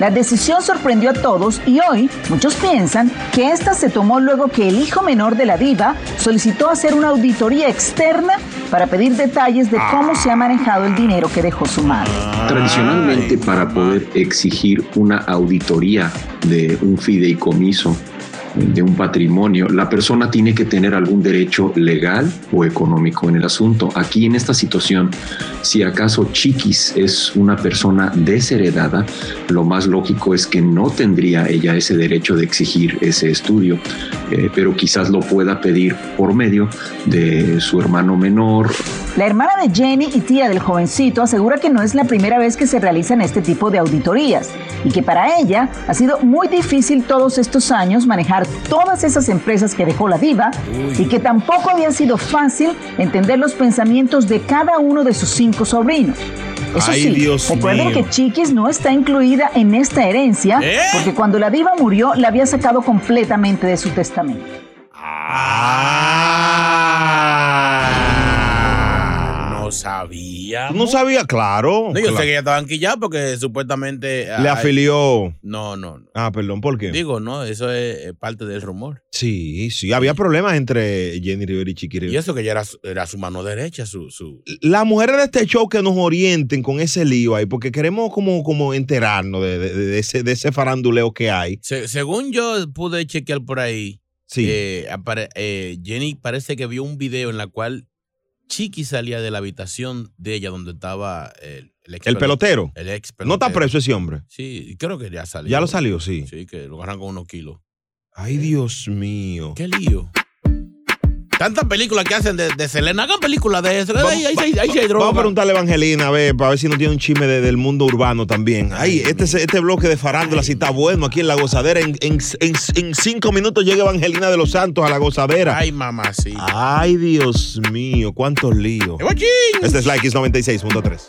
[SPEAKER 15] La decisión sorprendió a todos y hoy muchos piensan que esta se tomó luego que el hijo menor de la diva solicitó hacer una auditoría externa para pedir detalles de cómo se ha manejado el dinero que dejó su madre.
[SPEAKER 16] Tradicionalmente para poder exigir una auditoría de un fideicomiso, de un patrimonio, la persona tiene que tener algún derecho legal o económico en el asunto. Aquí en esta situación, si acaso Chiquis es una persona desheredada, lo más lógico es que no tendría ella ese derecho de exigir ese estudio, eh, pero quizás lo pueda pedir por medio de su hermano menor
[SPEAKER 15] La hermana de Jenny y tía del jovencito asegura que no es la primera vez que se realizan este tipo de auditorías y que para ella ha sido muy difícil todos estos años manejar todas esas empresas que dejó la diva y que tampoco había sido fácil entender los pensamientos de cada uno de sus cinco sobrinos. Eso
[SPEAKER 3] Ay,
[SPEAKER 15] sí,
[SPEAKER 3] Dios
[SPEAKER 15] recuerden
[SPEAKER 3] mío. ¿Eh?
[SPEAKER 15] que Chiquis no está incluida en esta herencia porque cuando la diva murió la había sacado completamente de su testamento.
[SPEAKER 4] No sabía.
[SPEAKER 3] No sabía, claro.
[SPEAKER 4] No, yo
[SPEAKER 3] Claro.
[SPEAKER 4] sé que ya estaban quillados porque supuestamente.
[SPEAKER 3] Le
[SPEAKER 4] ay,
[SPEAKER 3] afilió.
[SPEAKER 4] No, no, no.
[SPEAKER 3] Ah, perdón, ¿por qué?
[SPEAKER 4] Digo, no, eso es eh, parte del rumor.
[SPEAKER 3] Sí, sí, había problemas entre Jenny Rivera y Chiqui
[SPEAKER 4] Y
[SPEAKER 3] Rivera.
[SPEAKER 4] eso que ya era, su- era su mano derecha, su. su
[SPEAKER 3] Las mujeres de este show que nos orienten con ese lío ahí, porque queremos como, como enterarnos de, de- de ese, de ese faranduleo que hay.
[SPEAKER 4] Se- según yo pude chequear por ahí, eh, apare- eh, Jenny parece que vio un video en la cual Chiqui salía de la habitación de ella donde estaba el, ex
[SPEAKER 3] El pelotero.
[SPEAKER 4] El ex
[SPEAKER 3] No está
[SPEAKER 4] pelotero.
[SPEAKER 3] preso ese hombre.
[SPEAKER 4] Sí, creo que ya salió.
[SPEAKER 3] Ya lo salió, sí.
[SPEAKER 4] Sí, que lo agarran con unos kilos.
[SPEAKER 3] Ay, Dios mío.
[SPEAKER 4] Qué lío. Tantas películas que hacen de, de Selena, hagan películas de eso. Ahí, ahí, ahí, ahí sí hay droga.
[SPEAKER 3] Vamos a preguntarle a Evangelina, a ver, para ver si nos tiene un chisme de- del mundo urbano también. Ay, este, se- este bloque de farándula sí está bueno aquí en La Gozadera. En, en- en- en cinco minutos llega Evangelina de los Santos a La Gozadera.
[SPEAKER 4] Ay, mamá, sí.
[SPEAKER 3] Ay, Dios mío, cuántos líos. Este es la X96.3.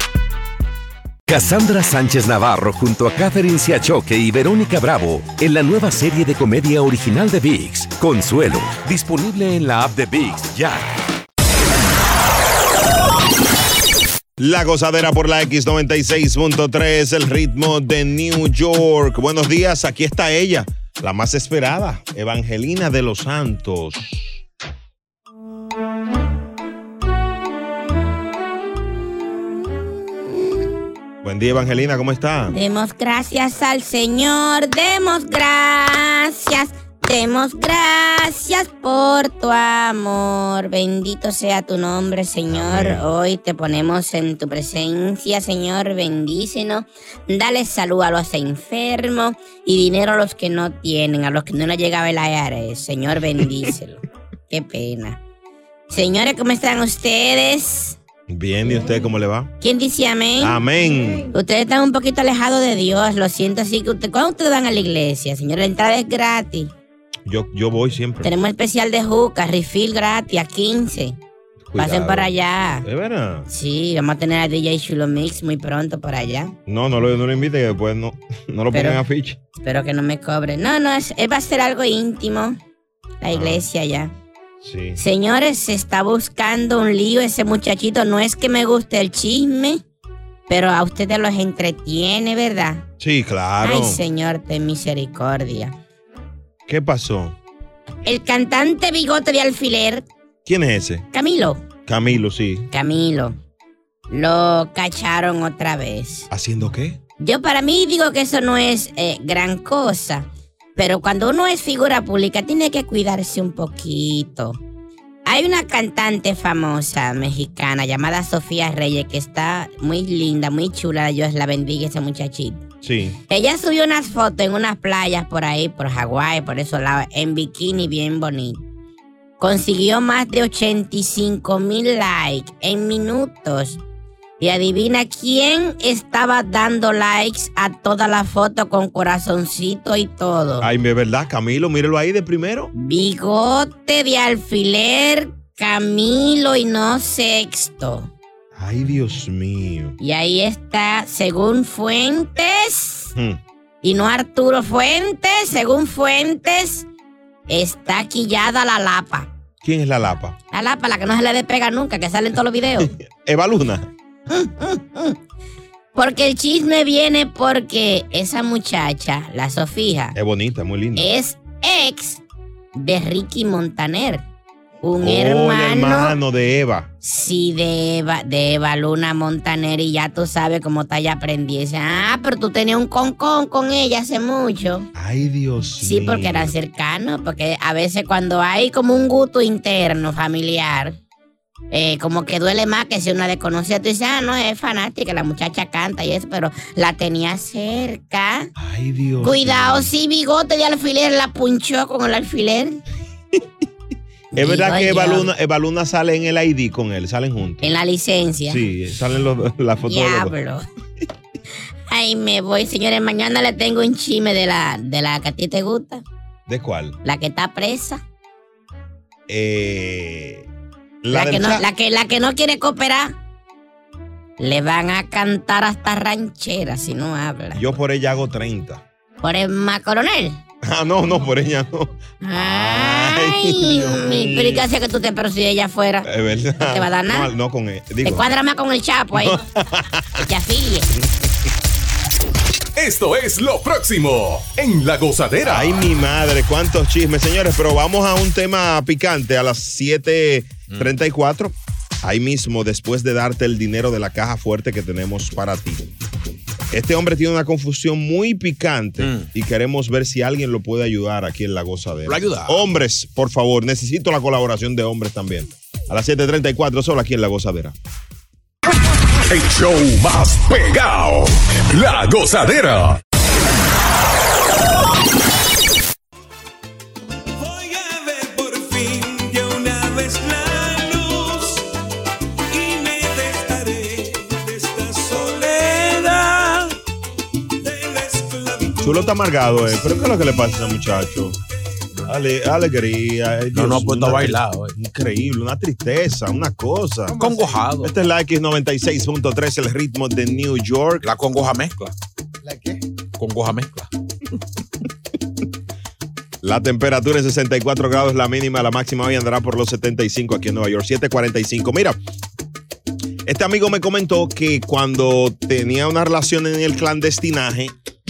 [SPEAKER 17] Cassandra Sánchez Navarro junto a Catherine Siachoque y Verónica Bravo en la nueva serie de comedia original de VIX, Consuelo, disponible en la app de VIX ya.
[SPEAKER 3] La gozadera por la X96.3, el ritmo de New York. Buenos días, aquí está ella, la más esperada, Evangelina de los Santos. Buen día, Evangelina, ¿cómo está?
[SPEAKER 18] Demos gracias al Señor, demos gracias, Demos gracias por tu amor. Bendito sea tu nombre, Señor. Hoy te ponemos en tu presencia, Señor. Bendícenos. Dale salud a los enfermos y dinero a los que no tienen, a los que no les llegaba el IRS. Señor, bendícelo. Qué pena. Señores, ¿cómo están ustedes?
[SPEAKER 3] Bien, ¿y usted cómo le va?
[SPEAKER 18] ¿Quién dice amén?
[SPEAKER 3] Amén.
[SPEAKER 18] Ustedes están un poquito alejados de Dios, lo siento, así que usted, ¿cuándo ustedes van a la iglesia, señor? La entrada es gratis.
[SPEAKER 3] Yo, yo voy siempre.
[SPEAKER 18] Tenemos especial de juca, refill gratis a 15. Pasen
[SPEAKER 3] Cuidado.
[SPEAKER 18] para allá.
[SPEAKER 3] ¿Es verdad?
[SPEAKER 18] Sí, vamos a tener a DJ Chulo Mix muy pronto por allá.
[SPEAKER 3] No, no lo, no lo invite, que después no, no lo
[SPEAKER 18] Pero-
[SPEAKER 3] pongan a ficha.
[SPEAKER 18] Espero que no me cobren. No, no, es- va a ser algo íntimo. La iglesia ya.
[SPEAKER 3] Ah. Sí.
[SPEAKER 18] Señores, se está buscando un lío ese muchachito. No es que me guste el chisme, pero a ustedes los entretiene, ¿verdad?
[SPEAKER 3] Sí, claro.
[SPEAKER 18] Ay, Señor, ten misericordia.
[SPEAKER 3] ¿Qué pasó?
[SPEAKER 18] El cantante bigote de alfiler,
[SPEAKER 3] ¿Quién es ese?
[SPEAKER 18] Camilo.
[SPEAKER 3] Camilo, sí.
[SPEAKER 18] Camilo. Lo cacharon otra vez.
[SPEAKER 3] ¿Haciendo qué?
[SPEAKER 18] Yo para mí digo que eso no es eh, gran cosa, pero cuando uno es figura pública tiene que cuidarse un poquito. Hay una cantante famosa mexicana llamada Sofía Reyes que está muy linda, muy chula, Dios la bendiga esa muchachita.
[SPEAKER 3] Sí.
[SPEAKER 18] Ella subió unas fotos en unas playas por ahí, por Hawái, por esos lados, en bikini bien bonito. Consiguió más de 85 mil likes en minutos. Y adivina quién estaba dando likes a toda la foto con corazoncito y todo.
[SPEAKER 3] Ay, de verdad, Camilo, mírelo ahí de primero.
[SPEAKER 18] Bigote de alfiler, Camilo y no sexto.
[SPEAKER 3] Ay, Dios mío.
[SPEAKER 18] Y ahí está, según fuentes.
[SPEAKER 3] Hmm.
[SPEAKER 18] Y no Arturo Fuentes, según Fuentes, está quillada la lapa.
[SPEAKER 3] ¿Quién es la lapa?
[SPEAKER 18] La lapa, la que no se le despega nunca, que sale en todos los videos.
[SPEAKER 3] Eva Luna.
[SPEAKER 18] Porque el chisme viene porque esa muchacha, la Sofía,
[SPEAKER 3] Es bonita, muy linda.
[SPEAKER 18] es ex de Ricky Montaner. Un
[SPEAKER 3] Oh, el
[SPEAKER 18] Eh, hermano,
[SPEAKER 3] hermano de Eva.
[SPEAKER 18] sí, de Eva, de Eva Luna Montaner, y ya tú sabes cómo está ya aprendí. Dice, ah, pero tú tenías un concón con ella hace mucho.
[SPEAKER 3] Ay, Dios
[SPEAKER 18] Sí, porque eran cercanos, porque a veces cuando hay como un gusto interno, familiar, eh, como que duele más que si una desconocida, tú dices, ah, no, es fanática, la muchacha canta y eso, pero la tenía cerca.
[SPEAKER 3] Ay, Dios.
[SPEAKER 18] Cuidado, si bigote de alfiler la punchó con el alfiler.
[SPEAKER 3] Es verdad
[SPEAKER 18] Digo
[SPEAKER 3] que Eva
[SPEAKER 18] yo.
[SPEAKER 3] Luna, Eva Luna sale en el ID con él, salen juntos.
[SPEAKER 18] En la licencia.
[SPEAKER 3] Sí, salen los, dos- las fotos de los dos.
[SPEAKER 18] Diablo. Ay, me voy, señores, mañana le tengo un chisme de la, de la que a ti te gusta,
[SPEAKER 3] ¿De cuál?
[SPEAKER 18] la que está presa,
[SPEAKER 3] Eh,
[SPEAKER 18] la,
[SPEAKER 3] del
[SPEAKER 18] que, no,
[SPEAKER 3] chat.
[SPEAKER 18] la, que, la que no quiere cooperar. Le van a cantar hasta ranchera si no habla.
[SPEAKER 3] Yo por ella hago 30.
[SPEAKER 18] Por el macoronel.
[SPEAKER 3] Ah, no, no, por ella no.
[SPEAKER 18] Ay,
[SPEAKER 3] Dios
[SPEAKER 18] mi
[SPEAKER 3] mío.
[SPEAKER 18] pero ¿y qué hace que tú te pero si ella fuera?
[SPEAKER 3] Es verdad.
[SPEAKER 18] No te va a dar nada.
[SPEAKER 3] No, no con él.
[SPEAKER 18] Te
[SPEAKER 3] Digo,
[SPEAKER 18] cuadra más con el chapo ahí. Que Te afilie.
[SPEAKER 2] Esto es lo próximo en La Gozadera.
[SPEAKER 3] Ay, mi madre, cuántos chismes, señores. Pero vamos a un tema picante a las 7:34. Ahí mismo, después de darte el dinero de la caja fuerte que tenemos para ti. Este hombre tiene una confusión muy picante y queremos ver si alguien lo puede ayudar aquí en la gozadera.
[SPEAKER 4] Lo ayudamos.
[SPEAKER 3] Hombres, por favor, necesito la colaboración de hombres también. A las 7:34, solo aquí en la gozadera.
[SPEAKER 2] El show más pegado. La Gozadera.
[SPEAKER 19] de una vez la luz y me destaré de esta soledad.
[SPEAKER 3] Chulo está amargado, eh. Pero ¿qué es lo que le pasa a ese muchacho? Ale- alegría. eh,
[SPEAKER 4] No,
[SPEAKER 3] Dios,
[SPEAKER 4] no ha puesto a
[SPEAKER 3] una
[SPEAKER 4] bailar eh.
[SPEAKER 3] tri-
[SPEAKER 4] hoy.
[SPEAKER 3] Increíble, una tristeza, una cosa. Congojado. Este es la X96.3, el ritmo de New York. La congoja mezcla.
[SPEAKER 4] Congoja mezcla.
[SPEAKER 3] La temperatura en 64 grados, la mínima, la máxima hoy andará por los 75 aquí en Nueva York, 745. Mira, este amigo me comentó que cuando tenía una relación en el clandestinaje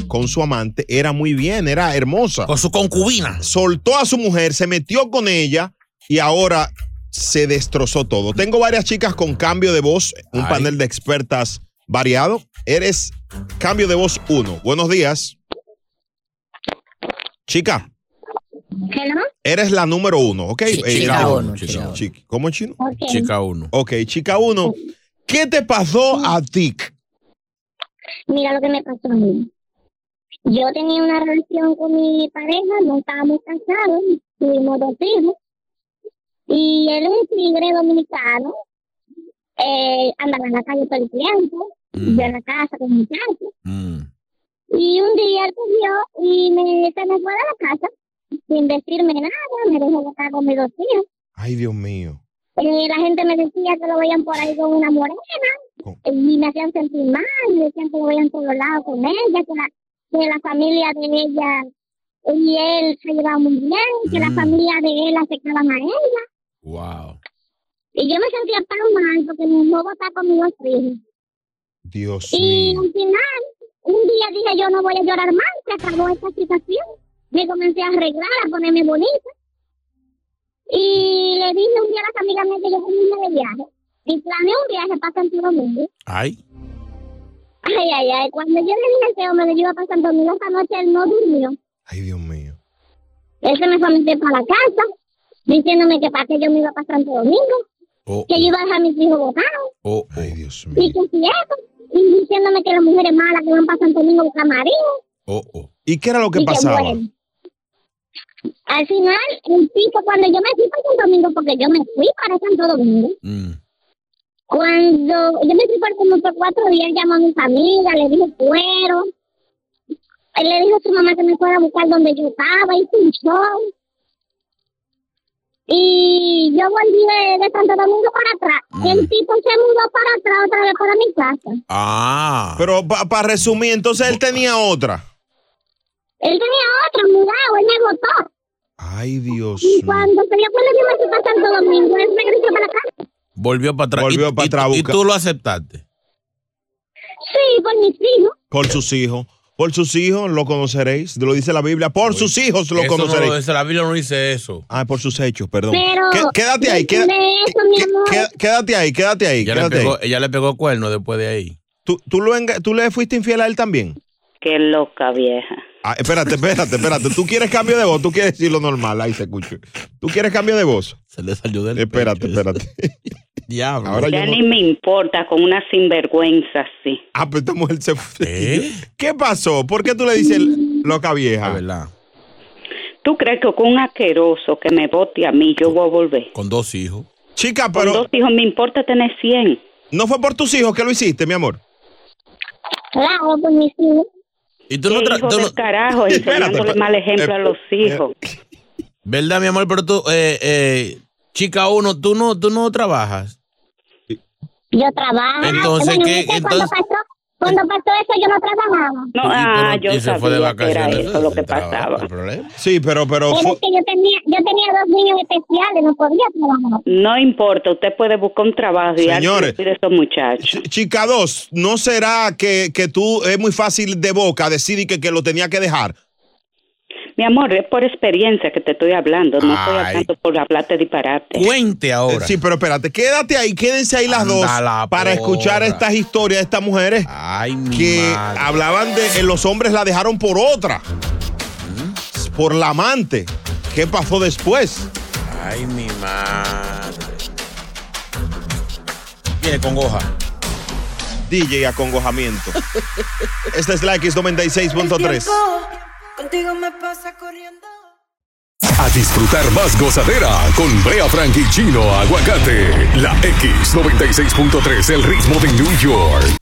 [SPEAKER 3] con su amante, era muy bien, era hermosa. Con su concubina. Soltó a su mujer, se metió con ella y ahora se destrozó todo. Tengo varias chicas con cambio de voz, un panel de expertas variado. Eres cambio de voz 1. Buenos días. Chica.
[SPEAKER 20] Hello.
[SPEAKER 3] Eres la número uno, ¿ok?
[SPEAKER 20] Chi-
[SPEAKER 3] Eh,
[SPEAKER 4] chica
[SPEAKER 3] chino,
[SPEAKER 4] uno,
[SPEAKER 3] chino,
[SPEAKER 4] chica uno.
[SPEAKER 3] chiqui- ¿Cómo es chino?
[SPEAKER 20] Ok. Chica
[SPEAKER 3] uno. Ok, chica uno. ¿Qué te pasó a ti?
[SPEAKER 20] Mira lo que me pasó a mí. Yo tenía una relación con mi pareja, no estábamos casados, tuvimos dos hijos. Y él es un tigre dominicano, eh, andaba en la calle todo el tiempo,
[SPEAKER 3] Mm.
[SPEAKER 20] yo en la casa con muchachos. Y un día él cogió y me, se me fue de la casa sin decirme nada, me dejó botar con mis dos hijos.
[SPEAKER 3] Ay, Dios mío.
[SPEAKER 20] Eh, la gente me decía que lo veían por ahí con una morena eh, y me hacían sentir mal, me decían que lo veían por los lados con ella, que la, que la familia de ella y él se llevaban muy bien, que
[SPEAKER 3] Mm.
[SPEAKER 20] la familia de él aceptaban a ella.
[SPEAKER 4] Wow.
[SPEAKER 20] Y yo me sentía tan mal porque mi no votaba con mis dos hijos.
[SPEAKER 3] Dios
[SPEAKER 20] Y al final, un día dije yo no voy a llorar más, se acabó esta situación. Me comencé a arreglar, a ponerme bonita. Y le dije un día a las amigas mías que yo tenía de viaje. Y planeé un viaje para Santo Domingo.
[SPEAKER 4] Ay.
[SPEAKER 20] Ay, ay, ay. Cuando yo le dije a ese hombre que yo iba para Santo Domingo esta noche, él no durmió. Ay, Dios mío. Él se me fue a meter para la casa, diciéndome que para qué yo me iba para Santo Domingo. que yo iba a dejar a mis hijos botados.
[SPEAKER 3] Oh, Ay, Dios mío.
[SPEAKER 20] Y que si eso, y diciéndome que las mujeres malas que van para Santo Domingo a buscar marido.
[SPEAKER 3] ¿Y qué era lo que
[SPEAKER 20] y que
[SPEAKER 3] pasaba?
[SPEAKER 20] bueno. Al final, el tipo, cuando yo me fui para Santo Domingo, porque yo me fui para Santo Domingo, cuando yo me fui por como por cuatro días, llamó a mi familia, le dije cuero, Él le dijo a su mamá que me fuera a buscar donde yo estaba, hice un show. Y yo volví de, de Santo Domingo para atrás. El tipo se mudó para atrás otra vez para mi casa.
[SPEAKER 3] Ah. Pero para resumir, entonces él tenía otra.
[SPEAKER 20] Él tenía otro mudado, él me votó.
[SPEAKER 3] Ay, Dios.
[SPEAKER 20] Y cuando se dio cuenta que me fui para Santo Domingo, él regresó para acá.
[SPEAKER 4] Volvió para atrás. Volvió para atrás. Y tú lo aceptaste.
[SPEAKER 20] Sí, por mis hijos.
[SPEAKER 3] Por sus hijos. Por sus hijos lo conoceréis. Lo dice la Biblia. Por sus hijos lo
[SPEAKER 4] Eso no
[SPEAKER 3] conoceréis.
[SPEAKER 4] lo dice, la Biblia no dice eso.
[SPEAKER 3] Ah, por sus hechos, perdón.
[SPEAKER 20] Pero.
[SPEAKER 3] Qué- quédate ahí, queda-
[SPEAKER 20] quédate. mi amor.
[SPEAKER 3] qué- quédate ahí, quédate ahí.
[SPEAKER 4] Ella le,
[SPEAKER 3] quédate
[SPEAKER 4] pegó,
[SPEAKER 3] ahí.
[SPEAKER 4] ella le pegó cuerno después de ahí.
[SPEAKER 3] ¿Tú, tú lo enga- ¿Tú le fuiste infiel a él también?
[SPEAKER 21] Qué loca vieja.
[SPEAKER 3] Ah, espérate, espérate, espérate. ¿Tú quieres cambio de voz? ¿Tú quieres decir lo normal? Ahí se escucha. ¿Tú quieres cambio de voz?
[SPEAKER 4] Se le salió del
[SPEAKER 3] Espérate, espérate.
[SPEAKER 4] Diablo.
[SPEAKER 3] Ahora yo
[SPEAKER 21] ya
[SPEAKER 3] no-
[SPEAKER 21] ni me importa con una sinvergüenza así.
[SPEAKER 3] Ah, pero esta mujer se fue.
[SPEAKER 4] ¿Eh?
[SPEAKER 3] ¿Qué pasó? ¿Por qué tú le dices loca vieja?
[SPEAKER 4] Ah,
[SPEAKER 21] ¿Tú crees que con un asqueroso que me vote a mí yo voy a volver?
[SPEAKER 4] Con dos hijos.
[SPEAKER 3] Chica, pero...
[SPEAKER 21] Con dos hijos me importa tener 100.
[SPEAKER 3] ¿No fue por tus hijos que lo hiciste, mi amor?
[SPEAKER 20] Claro, por mis hijos.
[SPEAKER 4] Y tú no tra-
[SPEAKER 21] hijo
[SPEAKER 4] tú
[SPEAKER 21] del
[SPEAKER 4] no-
[SPEAKER 21] carajo,
[SPEAKER 4] Espérate,
[SPEAKER 21] enseñándole
[SPEAKER 4] espérate. Eh,
[SPEAKER 21] mal ejemplo a los hijos.
[SPEAKER 4] ¿Verdad, mi amor? Pero tú, eh, eh, chica uno, tú no, tú no trabajas.
[SPEAKER 20] Yo trabajo.
[SPEAKER 4] Entonces,
[SPEAKER 20] bueno,
[SPEAKER 4] ¿qué?
[SPEAKER 20] ¿viste
[SPEAKER 4] Entonces-
[SPEAKER 20] Cuando pasó, cuando pasó eso, yo no trabajaba.
[SPEAKER 21] No,
[SPEAKER 3] ah,
[SPEAKER 21] yo
[SPEAKER 3] se fue de
[SPEAKER 21] sabía que era
[SPEAKER 3] vacaciones.
[SPEAKER 21] eso lo que pasaba.
[SPEAKER 3] Sí, pero, pero...
[SPEAKER 20] Pero
[SPEAKER 3] fu-
[SPEAKER 20] es que yo tenía, yo tenía dos niños especiales, no podía trabajar.
[SPEAKER 21] No importa, usted puede buscar un trabajo y
[SPEAKER 3] Señores.
[SPEAKER 21] alguien cuide a esos muchachos.
[SPEAKER 3] Chica 2, ¿no será que, que tú es muy fácil de boca decir y que, que lo tenía que dejar?
[SPEAKER 21] Mi amor, es por experiencia que te estoy hablando, no estoy
[SPEAKER 3] Ay.
[SPEAKER 21] hablando por hablarte disparate.
[SPEAKER 4] Cuente
[SPEAKER 3] Eh, Sí, pero espérate, quédate ahí, quédense ahí las dos para
[SPEAKER 21] la porra.
[SPEAKER 3] escuchar estas historias de estas mujeres que hablaban de eh, los hombres la dejaron por otra, por la amante. ¿Qué pasó después?
[SPEAKER 4] Ay, mi madre. Viene con hoja.
[SPEAKER 3] DJ acongojamiento. Esta es la X96.3.
[SPEAKER 15] Contigo me pasa corriendo.
[SPEAKER 2] A disfrutar más gozadera con Brea Frank y Chino Aguacate. La X96.3, el ritmo de New York.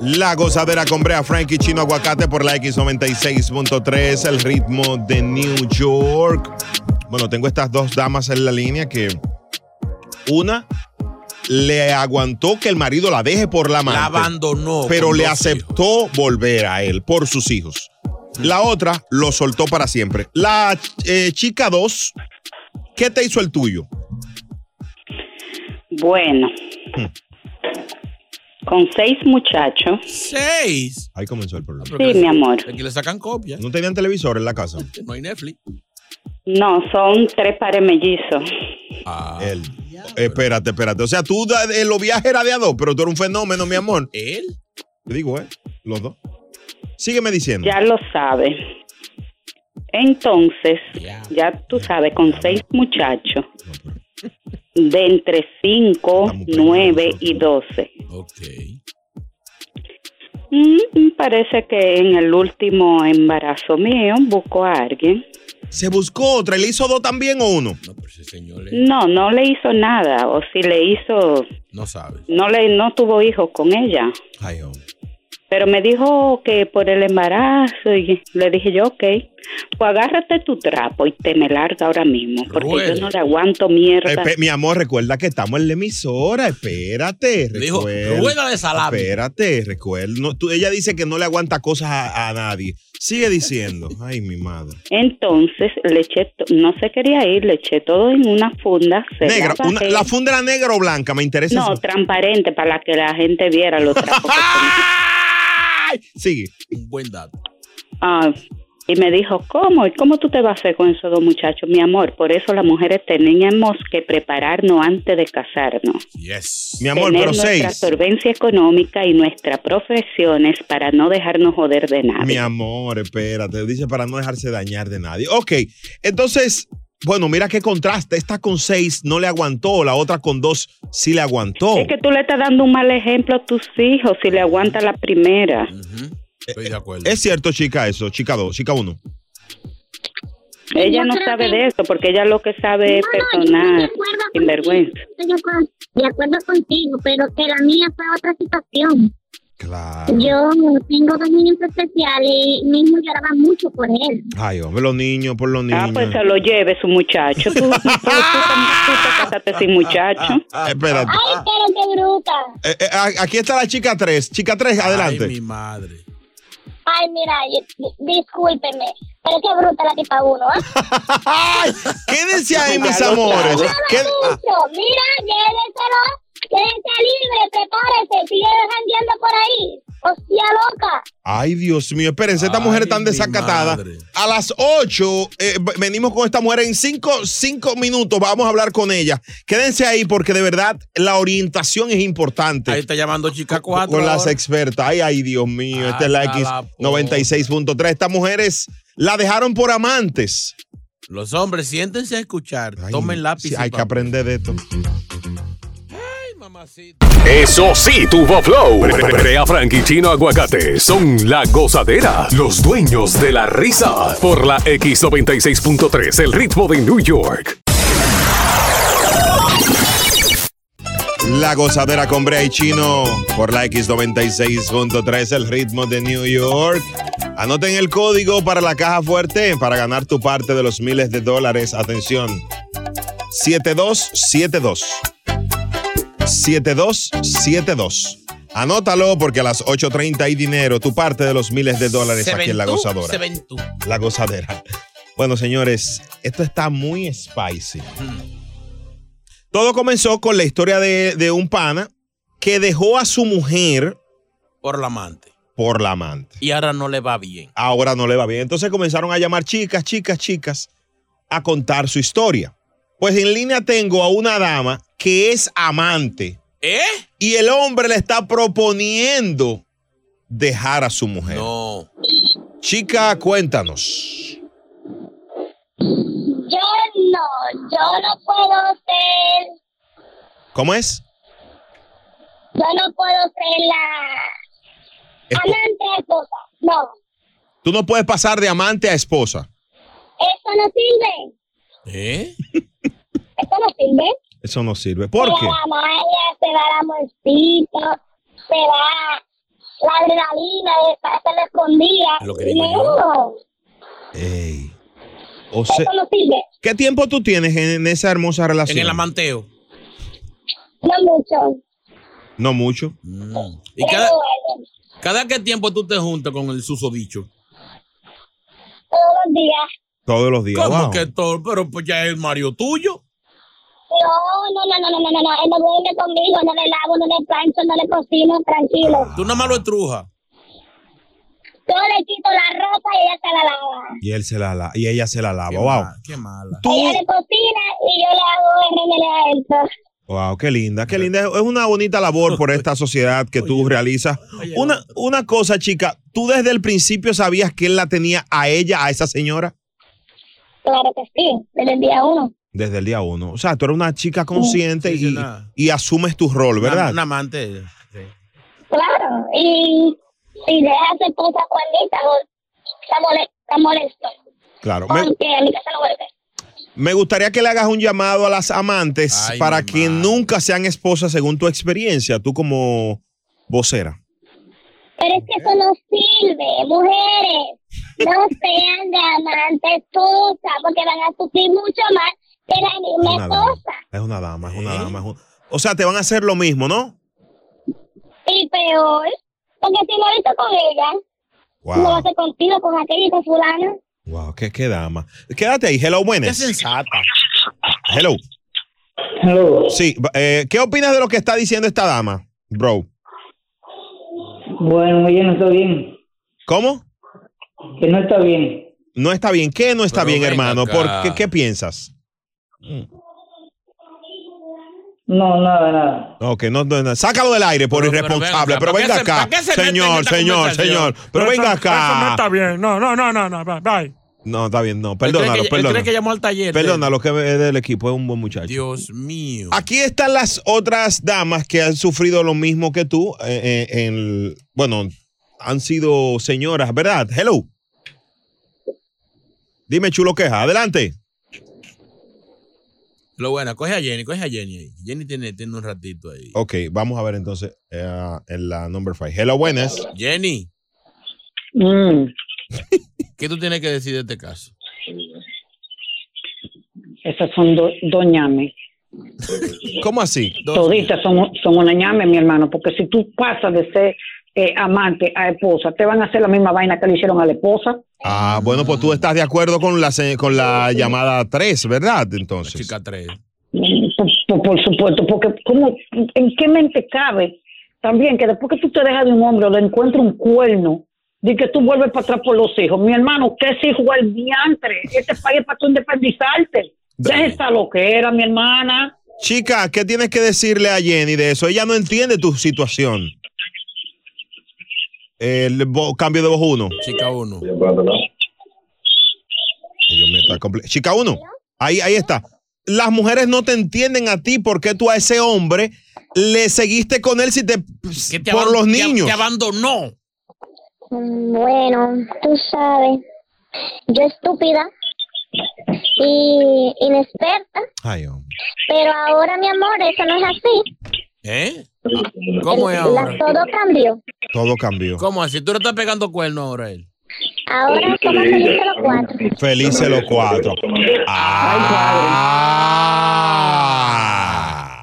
[SPEAKER 3] La gozadera con Brea Frankie Chino Aguacate por la X96.3, el ritmo de New York. Bueno, tengo estas dos damas en la línea que una le aguantó que el marido la deje por la mano.
[SPEAKER 4] La abandonó.
[SPEAKER 3] Pero
[SPEAKER 4] con
[SPEAKER 3] le
[SPEAKER 4] dos
[SPEAKER 3] aceptó volver a él por sus hijos. La otra lo soltó para siempre. La eh, chica 2, ¿qué te hizo el tuyo?
[SPEAKER 21] Bueno.
[SPEAKER 3] Hmm.
[SPEAKER 21] Con seis muchachos. ¿Seis?
[SPEAKER 3] Ahí comenzó el problema.
[SPEAKER 21] Sí, mi amor.
[SPEAKER 3] Aquí le sacan copias. ¿No tenían televisor en la casa?
[SPEAKER 4] No hay Netflix.
[SPEAKER 21] No, son tres pares mellizos.
[SPEAKER 4] Ah.
[SPEAKER 3] Él. Espérate, espérate. O sea, tú da- de los viajes era de a dos, pero tú eres un fenómeno, mi amor.
[SPEAKER 4] ¿Él?
[SPEAKER 3] Te digo, ¿eh? Los dos. Sígueme diciendo.
[SPEAKER 21] Ya lo sabe. Entonces, ya tú sabes, con seis muchachos, de entre cinco, nueve y doce. Mm, Parece que en el último embarazo mío buscó a alguien.
[SPEAKER 3] ¿Se buscó otra? ¿Le hizo dos también o uno?
[SPEAKER 21] No, no le hizo nada. O si le hizo,
[SPEAKER 4] No sabe.
[SPEAKER 21] no le, no tuvo hijos con ella. Pero me dijo que por el embarazo y le dije yo, ok, pues agárrate tu trapo y te me larga ahora mismo, porque
[SPEAKER 3] Ruede.
[SPEAKER 21] yo no le aguanto mierda.
[SPEAKER 3] Espe- Eh, mi amor, recuerda que estamos en la emisora. Espérate.
[SPEAKER 4] dijo,
[SPEAKER 3] recuerda.
[SPEAKER 4] "Rueda de salami".
[SPEAKER 3] Espérate, recuerda. No, tú- ella dice que no le aguanta cosas a, a nadie. Sigue diciendo. Ay, mi madre.
[SPEAKER 21] Entonces le eché, to- no se quería ir, le eché todo en una funda. se
[SPEAKER 3] Negra.
[SPEAKER 21] la
[SPEAKER 3] una-
[SPEAKER 21] bajé.
[SPEAKER 3] ¿La funda era negra o blanca? Me interesa.
[SPEAKER 21] no,
[SPEAKER 3] eso.
[SPEAKER 21] transparente para que la gente viera los trapos.
[SPEAKER 3] Ay, sigue.
[SPEAKER 4] Un buen dato.
[SPEAKER 21] Ah, y me dijo, ¿cómo? ¿Y cómo tú te vas a hacer con esos dos muchachos, mi amor? Por eso las mujeres teníamos que prepararnos antes de casarnos.
[SPEAKER 4] Yes.
[SPEAKER 3] Mi amor,
[SPEAKER 21] tener
[SPEAKER 3] pero
[SPEAKER 21] nuestra
[SPEAKER 3] seis.
[SPEAKER 21] solvencia económica y nuestras profesiones para no dejarnos joder de nada.
[SPEAKER 3] Mi amor, espérate. Dice para no dejarse dañar de nadie. Ok, entonces, bueno, mira qué contraste. Esta con seis no le aguantó, la otra con dos sí le aguantó.
[SPEAKER 21] Es que tú le estás dando un mal ejemplo a tus hijos si le aguantas la primera.
[SPEAKER 3] Estoy de acuerdo. Es cierto, chica, eso, chica dos, chica uno.
[SPEAKER 21] Ella
[SPEAKER 20] Yo
[SPEAKER 21] no
[SPEAKER 20] creo
[SPEAKER 21] sabe
[SPEAKER 20] que-
[SPEAKER 21] de eso porque ella lo que sabe es
[SPEAKER 20] No, no, yo estoy de
[SPEAKER 21] personal,
[SPEAKER 20] acuerdo
[SPEAKER 21] sin vergüenza.
[SPEAKER 20] Estoy de acuerdo, de acuerdo contigo, pero que la mía fue otra situación. Yo tengo dos niños especiales y mi hijo lloraba mucho por él.
[SPEAKER 3] Ay, hombre, los niños, por los niños.
[SPEAKER 21] Ah, pues se lo lleve su muchacho. Tú, tú, tú, tú, te casaste sin muchacho.
[SPEAKER 3] Espérate.
[SPEAKER 21] Ay,
[SPEAKER 20] pero qué bruta.
[SPEAKER 3] Eh, eh, a- aquí está la chica tres. Chica tres, adelante. mi
[SPEAKER 4] madre.
[SPEAKER 20] Ay, mira, yo- discúlpeme, pero qué bruta la tipa uno. ¿ah?
[SPEAKER 3] Ay, quédense ahí, mis
[SPEAKER 20] Ya lo
[SPEAKER 3] amores. ah.
[SPEAKER 20] sabe.
[SPEAKER 3] Qué-
[SPEAKER 20] Mira, lléveselo, quédese libre, prepárese, sigue jangueando por ahí. Hostia loca.
[SPEAKER 3] Ay, Dios mío, espérense, esta mujer tan desacatada. A las 8 eh, v- venimos con esta mujer en 5 cinco minutos. Vamos a hablar con ella. Quédense ahí porque de verdad la orientación es importante.
[SPEAKER 4] Ahí está llamando chica 4.
[SPEAKER 3] con las expertas. Ay, ay, Dios mío. Esta es la
[SPEAKER 4] Hasta la
[SPEAKER 3] X96.3. Estas mujeres la dejaron por amantes.
[SPEAKER 4] Los hombres, siéntense a escuchar. Tomen lápiz.
[SPEAKER 3] Sí, hay que aprender de esto.
[SPEAKER 2] Eso sí, tuvo flow. Brea Frank y Chino Aguacate son la gozadera, los dueños de la risa. Por la X96.3, el ritmo de New York.
[SPEAKER 3] La gozadera con Brea y Chino por la X96.3, el ritmo de New York. Anoten el código para la caja fuerte para ganar tu parte de los miles de dólares. Atención. 7272. 7272. Anótalo porque a las 8.30 hay dinero, tu parte de los miles de dólares aquí en La Gozadora. La gozadera. Bueno, señores, esto está muy spicy. Todo comenzó con la historia de, de un pana que dejó a su mujer
[SPEAKER 4] Por la amante.
[SPEAKER 3] por la amante.
[SPEAKER 4] Y ahora no le va bien.
[SPEAKER 3] Ahora no le va bien. Entonces comenzaron a llamar chicas, chicas, chicas a contar su historia. Pues en línea tengo a una dama que es amante.
[SPEAKER 4] ¿Eh?
[SPEAKER 3] Y el hombre le está proponiendo dejar a su mujer.
[SPEAKER 4] No.
[SPEAKER 3] Chica, cuéntanos.
[SPEAKER 20] Yo no, yo no puedo ser,
[SPEAKER 3] ¿Cómo es?
[SPEAKER 20] yo no puedo ser la amante de esposa. No,
[SPEAKER 3] Tú no puedes pasar de amante a esposa.
[SPEAKER 20] eso no sirve,
[SPEAKER 3] ¿Eh?
[SPEAKER 20] eso no sirve.
[SPEAKER 3] Eso no sirve. ¿Por
[SPEAKER 20] se
[SPEAKER 3] qué?
[SPEAKER 20] va la malla, se va el amorcito, se va la adrenalina de pasar la escondida.
[SPEAKER 3] Lo que digo
[SPEAKER 20] no,
[SPEAKER 3] O se-
[SPEAKER 20] eso no sirve,
[SPEAKER 3] ¿Qué tiempo tú tienes en, en esa hermosa relación?
[SPEAKER 4] En el amanteo.
[SPEAKER 20] no mucho.
[SPEAKER 3] No mucho.
[SPEAKER 4] ¿Y cada, cada qué tiempo tú te juntas con el susodicho?
[SPEAKER 20] Todos los días.
[SPEAKER 3] Todos los días.
[SPEAKER 4] ¿Cómo
[SPEAKER 3] wow.
[SPEAKER 4] que todo? Pero pues ya es Mario tuyo.
[SPEAKER 20] No, no, no, no, no, no, no, no, él no duerme conmigo, no le lavo, no le plancho, no le cocino, tranquilo.
[SPEAKER 4] Tú nada más
[SPEAKER 3] Ah.
[SPEAKER 4] lo estrujas.
[SPEAKER 20] Yo le quito la ropa y ella se la lava.
[SPEAKER 3] Y él se la la- y ella se la lava. wow.
[SPEAKER 4] Qué mala.
[SPEAKER 20] Ella le cocina y yo le hago el remedio adentro.
[SPEAKER 3] Wow, qué linda, qué linda. Es una bonita labor por esta sociedad que tú realizas. Una, una cosa, chica, ¿tú desde el principio sabías que él la tenía a ella, a esa señora?
[SPEAKER 20] Claro que sí, desde el día uno.
[SPEAKER 3] Desde el día uno. O sea, tú eres una chica consciente y- y, asumes tu rol, ¿verdad?
[SPEAKER 4] Una, una amante.
[SPEAKER 20] Claro, y si deja a su esposa Juanita, o- está, mole- está molesto.
[SPEAKER 3] Claro. Me-
[SPEAKER 20] Porque a mi casa no vuelve.
[SPEAKER 3] Me gustaría que le hagas un llamado a las amantes para que nunca sean esposas según tu experiencia, tú como vocera.
[SPEAKER 20] Pero es que eso no sirve, mujeres. No sean de amantes esposa, porque van a sufrir mucho más que la misma
[SPEAKER 3] Una dama.
[SPEAKER 20] esposa.
[SPEAKER 3] Es una dama, es una dama. es un- O sea, te van a hacer lo mismo, ¿no?
[SPEAKER 20] Y peor, porque si no hizo con ella,
[SPEAKER 3] Wow.
[SPEAKER 20] no lo hace contigo, con aquella y con fulano.
[SPEAKER 3] Wow, qué, qué dama. Quédate ahí, hello, buenas. Qué
[SPEAKER 4] sensata.
[SPEAKER 3] Hello. Hello. Sí, eh, ¿qué opinas de lo que está diciendo esta dama, bro?
[SPEAKER 5] Bueno, ella no está bien.
[SPEAKER 3] ¿Cómo?
[SPEAKER 5] Que no está bien.
[SPEAKER 3] No está bien. ¿Qué no está
[SPEAKER 5] Pero
[SPEAKER 3] bien,
[SPEAKER 5] venga
[SPEAKER 3] hermano? ¿Por
[SPEAKER 5] acá.
[SPEAKER 3] qué, ¿Qué piensas?
[SPEAKER 5] No, nada, nada.
[SPEAKER 3] No, que no, no, no. sácalo del aire por irresponsable, pero venga acá, señor, señor, señor, pero venga
[SPEAKER 22] no está
[SPEAKER 3] acá.
[SPEAKER 22] bien. No, no, no, no, no. bye, Bye.
[SPEAKER 3] No, está bien, no, perdónalo, perdónalo.
[SPEAKER 4] llamó al taller?
[SPEAKER 3] Perdónalo, que es del equipo, es un buen muchacho.
[SPEAKER 4] Dios mío.
[SPEAKER 3] Aquí están las otras damas que han sufrido lo mismo que tú. eh, eh, en- bueno, han sido señoras, ¿verdad? Hello. Dime, chulo queja, adelante.
[SPEAKER 4] Lo bueno, coge a Jenny, coge a Jenny ahí. Jenny tiene, tiene un ratito ahí.
[SPEAKER 3] Ok, vamos a ver entonces eh, en la number five. Hello, buenas.
[SPEAKER 4] Jenny,
[SPEAKER 23] Mm.
[SPEAKER 4] ¿qué tú tienes que decir de este caso?
[SPEAKER 5] Esas son do- dos ñames.
[SPEAKER 3] ¿Cómo así?
[SPEAKER 5] Toditas son, son una ñame, mi hermano, porque si tú pasas de ser eh, amante a esposa, te van a hacer la misma vaina que le hicieron a la esposa.
[SPEAKER 3] Ah, bueno, pues tú estás de acuerdo con la, se- con la llamada 3, ¿verdad? Entonces.
[SPEAKER 4] chica 3.
[SPEAKER 5] Por, por- por supuesto, porque ¿cómo, ¿en qué mente cabe también que después que tú te dejas de un hombre o le encuentras un cuerno, de que tú vuelves para atrás por los hijos? Mi hermano, ¿qué es hijo al diantre? Este país es para tú independizarte. Deja esa loquera, mi hermana.
[SPEAKER 3] Chica, ¿qué tienes que decirle a Jenny de eso? Ella no entiende tu situación. El vo- cambio de voz 1.
[SPEAKER 4] Chica 1.
[SPEAKER 3] Chica 1. Ahí, ahí está. Las mujeres no te entienden a ti porque tú a ese hombre le seguiste con él si te,
[SPEAKER 4] te
[SPEAKER 3] por
[SPEAKER 4] aban-
[SPEAKER 3] los
[SPEAKER 4] te-
[SPEAKER 3] niños.
[SPEAKER 4] Te abandonó.
[SPEAKER 20] Mm, Bueno, tú sabes, yo estúpida y inexperta,
[SPEAKER 3] Ay,
[SPEAKER 20] pero ahora, mi amor, eso no es así.
[SPEAKER 4] ¿Eh? ¿Cómo es ahora?
[SPEAKER 20] La- todo cambió.
[SPEAKER 3] Todo cambió.
[SPEAKER 4] ¿Cómo así? ¿Tú le estás pegando cuerno ahora a él?
[SPEAKER 20] Ahora somos felices los cuatro.
[SPEAKER 3] Felices los cuatro. Ah.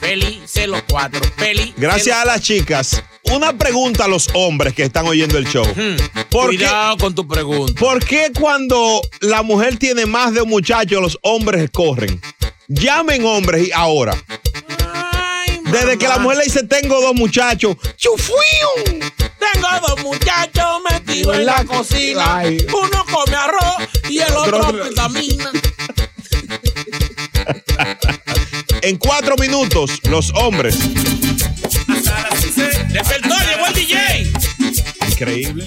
[SPEAKER 4] Felices los cuatro. Feliz.
[SPEAKER 3] Gracias a las chicas. Una pregunta a los hombres que están oyendo el show. ¿Por qué-
[SPEAKER 4] Hmm. Cuidado con tu pregunta.
[SPEAKER 3] ¿Por qué cuando la mujer tiene más de un muchacho, los hombres corren? Llamen hombres y ahora. Desde que la mujer le dice, tengo dos muchachos. ¡Chufiu!
[SPEAKER 4] Tengo dos muchachos metidos en la cocina. Uno come arroz y el otro
[SPEAKER 3] Otro-
[SPEAKER 4] vitamina.
[SPEAKER 3] En cuatro minutos, los hombres.
[SPEAKER 24] Despertó, llegó el DJ.
[SPEAKER 3] Increíble.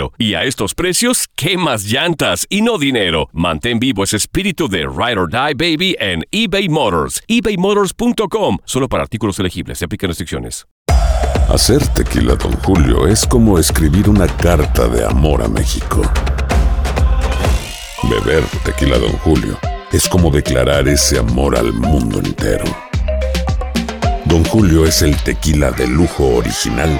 [SPEAKER 1] Y a estos precios, ¿qué más llantas y no dinero? Mantén vivo ese espíritu de Ride or Die Baby en eBay Motors. ebaymotors.com. Solo para artículos elegibles. Se aplican restricciones.
[SPEAKER 25] Hacer tequila, Don Julio, es como escribir una carta de amor a México. Beber tequila, Don Julio, es como declarar ese amor al mundo entero. Don Julio es el tequila de lujo original,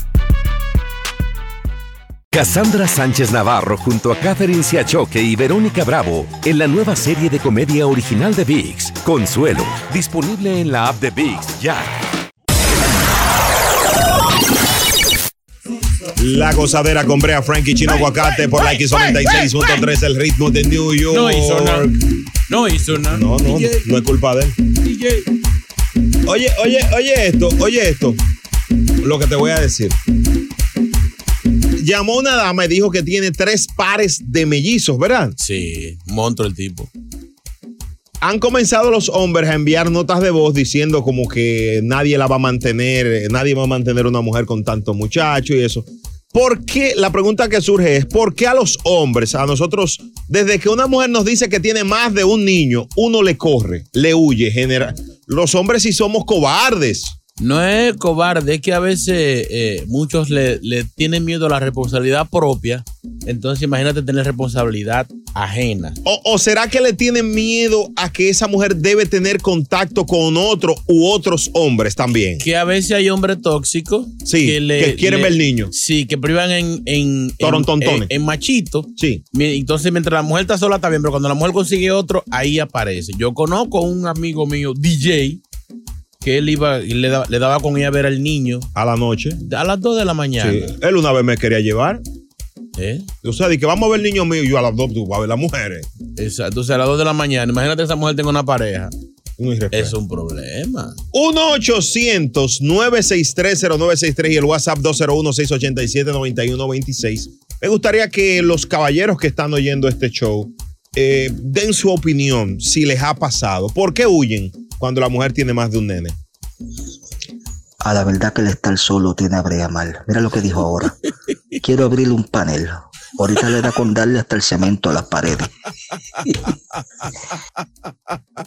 [SPEAKER 17] Cassandra Sánchez Navarro junto a Catherine Siachoque y Verónica Bravo en la nueva serie de comedia original de VIX, Consuelo, disponible en la app de VIX ya.
[SPEAKER 3] La gozadera con Brea Frankie Chino Aguacate por la X96.3, el ritmo de New York.
[SPEAKER 4] No hizo nada. No hizo nada.
[SPEAKER 3] No, no, no es culpa de él. Oye, oye, oye esto, oye esto. Lo que te voy a decir. Llamó una dama y dijo que tiene tres pares de mellizos, ¿verdad?
[SPEAKER 4] Sí, monstruo el tipo.
[SPEAKER 3] Han comenzado los hombres a enviar notas de voz diciendo como que nadie la va a mantener, eh, nadie va a mantener una mujer con tanto muchacho y eso. ¿Por qué? La pregunta que surge es, ¿por qué a los hombres, a nosotros, desde que una mujer nos dice que tiene más de un niño, uno le corre, le huye, genera... Los hombres sí somos cobardes.
[SPEAKER 4] No es cobarde, es que a veces eh, muchos le, le tienen miedo a la responsabilidad propia. Entonces imagínate tener responsabilidad ajena.
[SPEAKER 3] O, o será que le tienen miedo a que esa mujer debe tener contacto con otro u otros hombres también?
[SPEAKER 4] Que a veces hay hombres tóxicos que,
[SPEAKER 3] que quieren ver el niño.
[SPEAKER 4] Sí, que privan en, en, en,
[SPEAKER 3] Torontontones.
[SPEAKER 4] en- en machito.
[SPEAKER 3] Sí.
[SPEAKER 4] Entonces, mientras la mujer está sola, está bien, pero cuando la mujer consigue otro, ahí aparece. Yo conozco un amigo mío, DJ, que él iba y le, da- le daba con ella a ver al niño.
[SPEAKER 3] A la noche.
[SPEAKER 4] A las 2 de la mañana.
[SPEAKER 3] Sí. Él una vez me quería llevar.
[SPEAKER 4] ¿Eh?
[SPEAKER 3] O sea, de que vamos a ver el niño mío, yo a las dos, tú vas a ver las mujeres.
[SPEAKER 4] Exacto, o sea, a las 2 de la mañana. Imagínate esa mujer tenga una pareja.
[SPEAKER 3] Es
[SPEAKER 4] un problema.
[SPEAKER 3] 1-800-963-0963 y el WhatsApp 201-687-9126. Me gustaría que los caballeros que están oyendo este show eh, den su opinión si les ha pasado. ¿Por qué huyen cuando la mujer tiene más de un nene?
[SPEAKER 12] A la verdad que el estar solo tiene a Brea mal. Mira lo que dijo ahora. Quiero abrirle un panel. Ahorita le da con darle hasta el cemento a las paredes.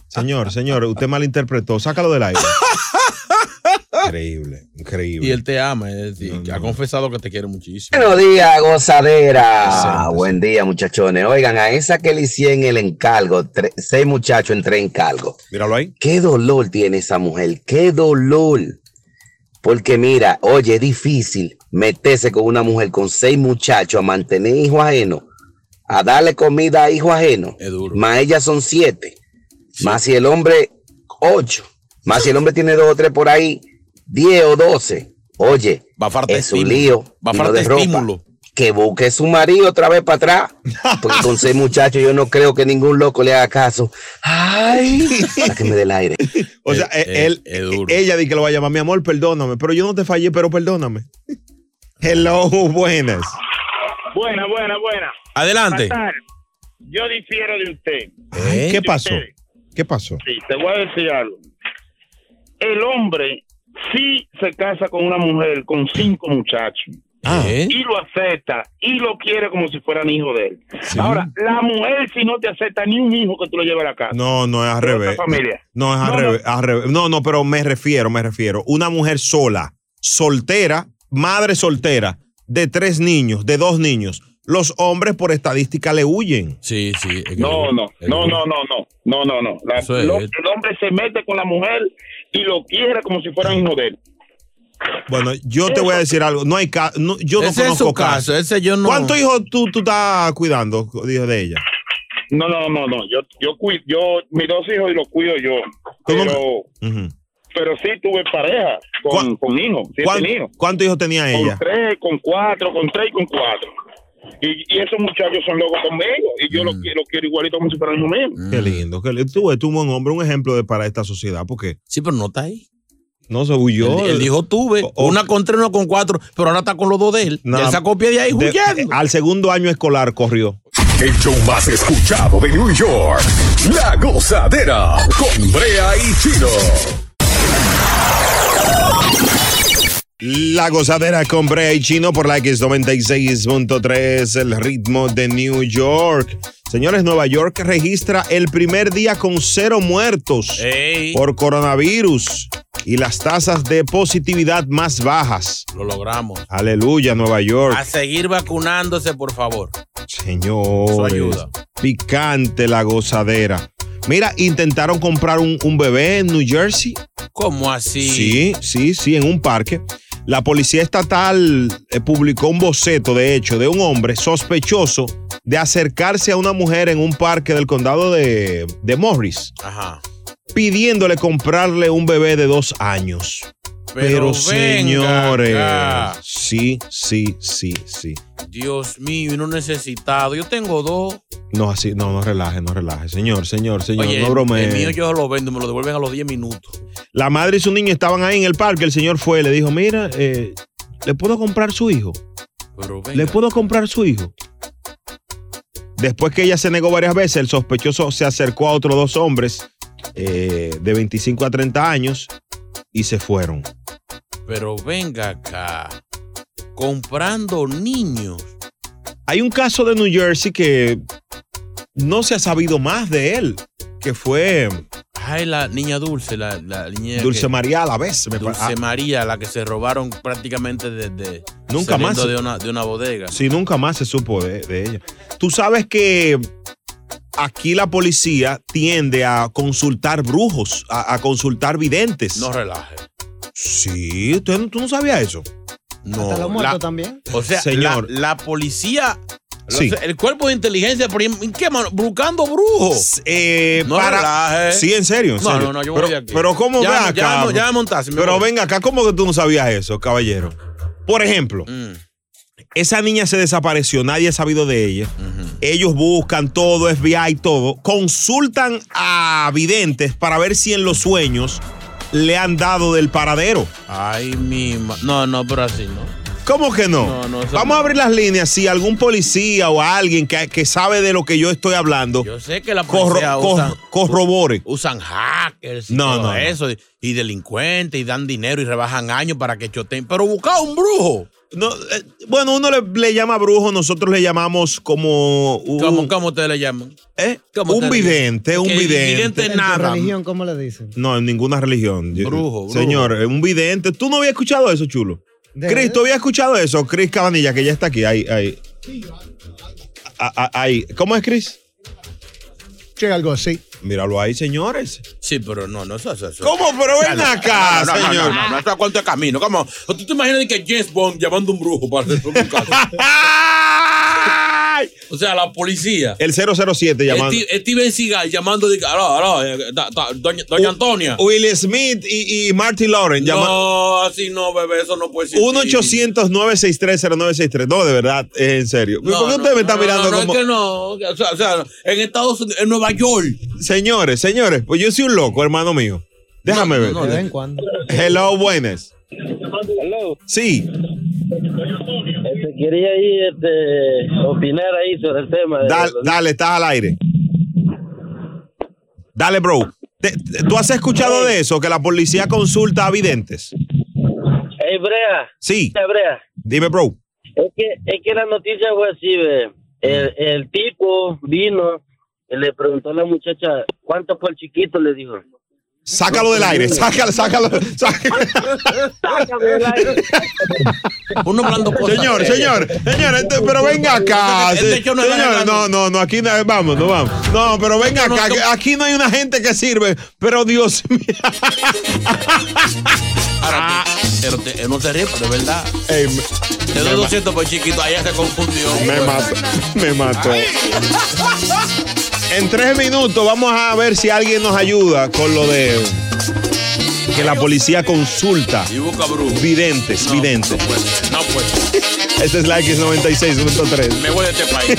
[SPEAKER 3] Señor, señor, usted malinterpretó. Sácalo del aire. Ah. Increíble, increíble.
[SPEAKER 4] Y él te ama, es decir, que ha confesado que te quiere muchísimo.
[SPEAKER 11] Buenos días, gozadera. Buen día, muchachones. Oigan, a esa que le hicieron el encargo, tre- seis muchachos en tres encargos.
[SPEAKER 3] Míralo ahí.
[SPEAKER 11] Qué dolor tiene esa mujer, qué dolor. Porque mira, oye, es difícil meterse con una mujer con seis muchachos a mantener hijos ajenos, a darle comida a hijos ajenos. Más ellas son siete. Más si el hombre, ocho. Más si el hombre tiene dos o tres por ahí, diez o doce. Oye,
[SPEAKER 4] va a faltar
[SPEAKER 11] es un
[SPEAKER 4] estímulo.
[SPEAKER 11] lío.
[SPEAKER 4] Va a
[SPEAKER 11] y no
[SPEAKER 4] faltar
[SPEAKER 11] de ropa.
[SPEAKER 4] estímulo.
[SPEAKER 11] Que busque su marido otra vez para atrás. Porque con seis muchachos yo no creo que ningún loco le haga caso. Ay, sáqueme del aire.
[SPEAKER 3] O sea, eh, él, ella dice que lo va a llamar, mi amor, perdóname, pero yo no te fallé, pero perdóname. Hello, buenas.
[SPEAKER 26] Buena, buena, buena.
[SPEAKER 3] Adelante.
[SPEAKER 26] Fatal. Yo difiero de usted.
[SPEAKER 3] Ay,
[SPEAKER 26] De
[SPEAKER 3] ¿Qué pasó?
[SPEAKER 26] usted.
[SPEAKER 3] ¿Qué pasó?
[SPEAKER 26] Sí, te voy a decir algo. El hombre sí se casa con una mujer con cinco muchachos. Y lo acepta y lo quiere como si fueran hijo de él. Ahora, la mujer si no te acepta ni un hijo que tú lo lleves a la casa.
[SPEAKER 3] No, no es al
[SPEAKER 26] Pero
[SPEAKER 3] revés.
[SPEAKER 26] esta familia.
[SPEAKER 3] No, no es al
[SPEAKER 26] No,
[SPEAKER 3] revés, al revés. No, no, pero me refiero, me refiero. Una mujer sola, soltera, madre soltera, de tres niños, de dos niños. Los hombres por estadística le huyen.
[SPEAKER 4] Sí, sí.
[SPEAKER 26] No, no, no, no, no, no, no, no, no. La-
[SPEAKER 3] Eso es.
[SPEAKER 26] lo- el hombre se mete con la mujer y lo quiere como si fueran hijo de él.
[SPEAKER 3] Bueno, yo te voy a decir algo. No hay ca- no, yo no
[SPEAKER 26] Ese es
[SPEAKER 3] conozco
[SPEAKER 26] su caso,
[SPEAKER 4] Ese yo
[SPEAKER 3] no. ¿Cuántos hijos tú, tú estás cuidando dijo, de ella?
[SPEAKER 26] No, no, no, no. Yo, yo cuido, yo, mis dos hijos los cuido yo. Pero, pero sí tuve pareja con, con hijos, sí he
[SPEAKER 3] ¿Cuán-
[SPEAKER 26] tenido.
[SPEAKER 3] ¿Cuántos hijos tenía
[SPEAKER 26] Con
[SPEAKER 3] ella?
[SPEAKER 26] tres, con cuatro, con tres y con cuatro. Y, y esos muchachos son locos conmigo. Y yo
[SPEAKER 3] Mm.
[SPEAKER 26] los quiero, los quiero igualito como si fueran los mismos.
[SPEAKER 3] Qué lindo. Qué lindo. Tú eres un buen hombre, un ejemplo de, para esta sociedad. Porque
[SPEAKER 4] sí, pero no está ahí.
[SPEAKER 3] No se huyó.
[SPEAKER 4] Él, él dijo tuve, una con tres, una con cuatro, pero ahora está con los dos de él.
[SPEAKER 3] Nada-
[SPEAKER 4] Él sacó pie de ahí
[SPEAKER 3] de-
[SPEAKER 4] huyendo.
[SPEAKER 3] Al segundo año escolar corrió.
[SPEAKER 2] El show más escuchado de New York. La gozadera con Brea y Chino.
[SPEAKER 3] La gozadera con Brea y Chino por la X96.3, el ritmo de New York. Señores, Nueva York registra el primer día con cero muertos por coronavirus y las tasas de positividad más bajas.
[SPEAKER 4] Lo logramos.
[SPEAKER 3] Aleluya, Nueva York.
[SPEAKER 4] A seguir vacunándose, por favor.
[SPEAKER 3] Señor.
[SPEAKER 4] ayuda.
[SPEAKER 3] Picante la gozadera. Mira, intentaron comprar un, un bebé en New Jersey.
[SPEAKER 4] ¿Cómo así?
[SPEAKER 3] Sí, sí, sí, en un parque. La policía estatal eh, publicó un boceto, de hecho, de un hombre sospechoso de acercarse a una mujer en un parque del condado de, de Morris,
[SPEAKER 4] Ajá.
[SPEAKER 3] pidiéndole comprarle un bebé de dos años.
[SPEAKER 4] Pero
[SPEAKER 3] Pero,
[SPEAKER 4] venga
[SPEAKER 3] señores,
[SPEAKER 4] acá.
[SPEAKER 3] sí, sí, sí, sí.
[SPEAKER 4] Dios mío, y no necesitado. Yo tengo dos.
[SPEAKER 3] No, así, no, no relaje, no relaje. Señor, señor, señor,
[SPEAKER 4] Oye,
[SPEAKER 3] no bromee.
[SPEAKER 4] el mío yo lo vendo, me lo devuelven a los 10 minutos.
[SPEAKER 3] La madre y su niño estaban ahí en el parque. El señor fue, le dijo, mira, eh, ¿le puedo comprar su hijo?
[SPEAKER 4] Pero venga.
[SPEAKER 3] ¿Le puedo comprar su hijo? Después que ella se negó varias veces, el sospechoso se acercó a otros dos hombres eh, de 25 a 30 años y se fueron.
[SPEAKER 4] Pero venga acá. Comprando niños.
[SPEAKER 3] Hay un caso de New Jersey que no se ha sabido más de él, que fue
[SPEAKER 4] Ay, la niña dulce, la, la niña.
[SPEAKER 3] Dulce
[SPEAKER 4] que-
[SPEAKER 3] María a la vez. me pa-
[SPEAKER 4] Dulce
[SPEAKER 3] ah,
[SPEAKER 4] María, la que se robaron prácticamente desde.
[SPEAKER 3] Nunca más.
[SPEAKER 4] De una, de una bodega.
[SPEAKER 3] Sí, nunca más se supo de, de ella. Tú sabes que aquí la policía tiende a consultar brujos, a, a consultar videntes.
[SPEAKER 4] No relaje.
[SPEAKER 3] Sí, usted no- tú no sabías eso. No.
[SPEAKER 11] Hasta los muertos
[SPEAKER 3] La-
[SPEAKER 11] también.
[SPEAKER 4] O sea,
[SPEAKER 3] Señor.
[SPEAKER 4] La, la policía. lo-
[SPEAKER 3] Sí.
[SPEAKER 4] El cuerpo de inteligencia, pero ¿en qué mano? Buscando brujos.
[SPEAKER 3] Eh,
[SPEAKER 4] No
[SPEAKER 3] para-
[SPEAKER 4] relaje.
[SPEAKER 3] Sí, en serio, en
[SPEAKER 4] No,
[SPEAKER 3] serio.
[SPEAKER 4] no, no, yo voy
[SPEAKER 3] pero,
[SPEAKER 4] de aquí.
[SPEAKER 3] Pero ¿cómo
[SPEAKER 4] Ya,
[SPEAKER 3] ve
[SPEAKER 4] no,
[SPEAKER 3] acá?
[SPEAKER 4] ya no, ya montaste, me
[SPEAKER 3] Pero
[SPEAKER 4] voy.
[SPEAKER 3] venga acá, ¿cómo que tú no sabías eso, caballero? Por ejemplo,
[SPEAKER 4] Mm.
[SPEAKER 3] esa niña se desapareció, nadie ha sabido de ella. Ellos buscan todo, FBI y todo. Consultan a videntes para ver si en los sueños le han dado del paradero.
[SPEAKER 4] Ay, mi ma- No, no, pero así no.
[SPEAKER 3] ¿Cómo que no? Vamos a abrir las líneas si algún policía o alguien que, que sabe de lo que yo estoy hablando
[SPEAKER 4] Yo sé que la
[SPEAKER 3] corro-
[SPEAKER 4] policía
[SPEAKER 3] cor-
[SPEAKER 4] usan,
[SPEAKER 3] corrobore.
[SPEAKER 4] usan hackers y
[SPEAKER 3] No,
[SPEAKER 4] todo
[SPEAKER 3] no, no.
[SPEAKER 4] eso, y, y delincuentes, y dan dinero y rebajan años para que choteen. Pero busca un brujo.
[SPEAKER 3] No, eh, bueno, uno le, le llama brujo, nosotros le llamamos como un,
[SPEAKER 4] ¿Cómo, cómo ustedes le llaman?
[SPEAKER 3] ¿Eh?
[SPEAKER 4] ¿Cómo
[SPEAKER 3] un
[SPEAKER 4] ustedes le
[SPEAKER 3] vidente, un
[SPEAKER 4] Que
[SPEAKER 3] vidente.
[SPEAKER 4] vidente
[SPEAKER 11] En tu religión, ¿cómo le dicen?
[SPEAKER 3] No, en ninguna religión. Yo-
[SPEAKER 11] Brujo, brujo.
[SPEAKER 3] Señor, eh, un vidente. ¿Tú no habías escuchado eso, chulo?
[SPEAKER 11] ¿De
[SPEAKER 3] Cris, ¿tú habías escuchado eso? Cris Cabanilla, que ya está aquí. Ahí, ahí. Ah, ah, ahí. ¿Cómo es, Cris?
[SPEAKER 11] Che, algo así.
[SPEAKER 3] Míralo ahí, señores.
[SPEAKER 4] Sí, pero no, no eso es eso.
[SPEAKER 3] ¿Cómo? Pero ven
[SPEAKER 4] no,
[SPEAKER 3] acá,
[SPEAKER 4] no, no, no,
[SPEAKER 3] señor.
[SPEAKER 4] No, no, no, eso a cuánto es camino. ¿Cómo? ¿Tú te imaginas que James Bond llamando a un brujo para resolver un caso? o sea, la policía.
[SPEAKER 3] El 007 llamando.
[SPEAKER 4] Esti- Steven Seagal llamando. dice, Aló, aló, eh, da- da- doña, doña Antonia.
[SPEAKER 3] Will Smith y, y Martin Lawrence llamando.
[SPEAKER 4] No, así no, bebé, eso no puede ser.
[SPEAKER 3] 1-800-963-0963. No, de verdad, es en serio. ¿Por qué usted me está mirando
[SPEAKER 4] no, no,
[SPEAKER 3] como.?
[SPEAKER 4] es que no. O sea, o sea, en Estados Unidos, eh, en Nueva York.
[SPEAKER 3] Señores, señores, pues yo soy un loco, hermano mío. Déjame ver.
[SPEAKER 11] De vez en cuando.
[SPEAKER 3] Hello, buenas.
[SPEAKER 14] Hello.
[SPEAKER 3] Sí.
[SPEAKER 14] Este, quería ahí este, opinar ahí sobre el tema. de-
[SPEAKER 3] Dale, dale, estás al aire. Dale, bro. Te- te- ¿Tú has escuchado de eso? Que la policía consulta a videntes.
[SPEAKER 14] Ey, Brea.
[SPEAKER 3] Sí.
[SPEAKER 14] Mira, Brea,
[SPEAKER 3] Dime, bro.
[SPEAKER 23] Es que, es que la noticia fue así, ve. El, el tipo vino y le preguntó a la muchacha cuánto por el chiquito, le dijo.
[SPEAKER 3] Sácalo del aire, sácalo, sácalo. sácalo.
[SPEAKER 4] Uno hablando cosas.
[SPEAKER 3] Señor,
[SPEAKER 4] serias.
[SPEAKER 3] señor, señor, ente- pero venga acá.
[SPEAKER 4] Este- este
[SPEAKER 3] se-
[SPEAKER 4] hecho no es
[SPEAKER 3] señor,
[SPEAKER 4] barato.
[SPEAKER 3] no, no, no, aquí no, eh, vamos, no vamos. No, pero venga
[SPEAKER 4] Este no
[SPEAKER 3] acá, que aquí no hay una gente que sirve, pero Dios mío. Ah.
[SPEAKER 4] Ahora, pero te- eh, no te ríes, pero de verdad. te doy 200 por chiquito, allá se confundió.
[SPEAKER 3] Me mató, me mató. En tres minutos vamos a ver si alguien nos ayuda con lo de que la policía consulta
[SPEAKER 4] Y busca brujo.
[SPEAKER 3] videntes, videntes.
[SPEAKER 4] No, pues,
[SPEAKER 3] Esta es la X96.3.
[SPEAKER 4] me voy de este país.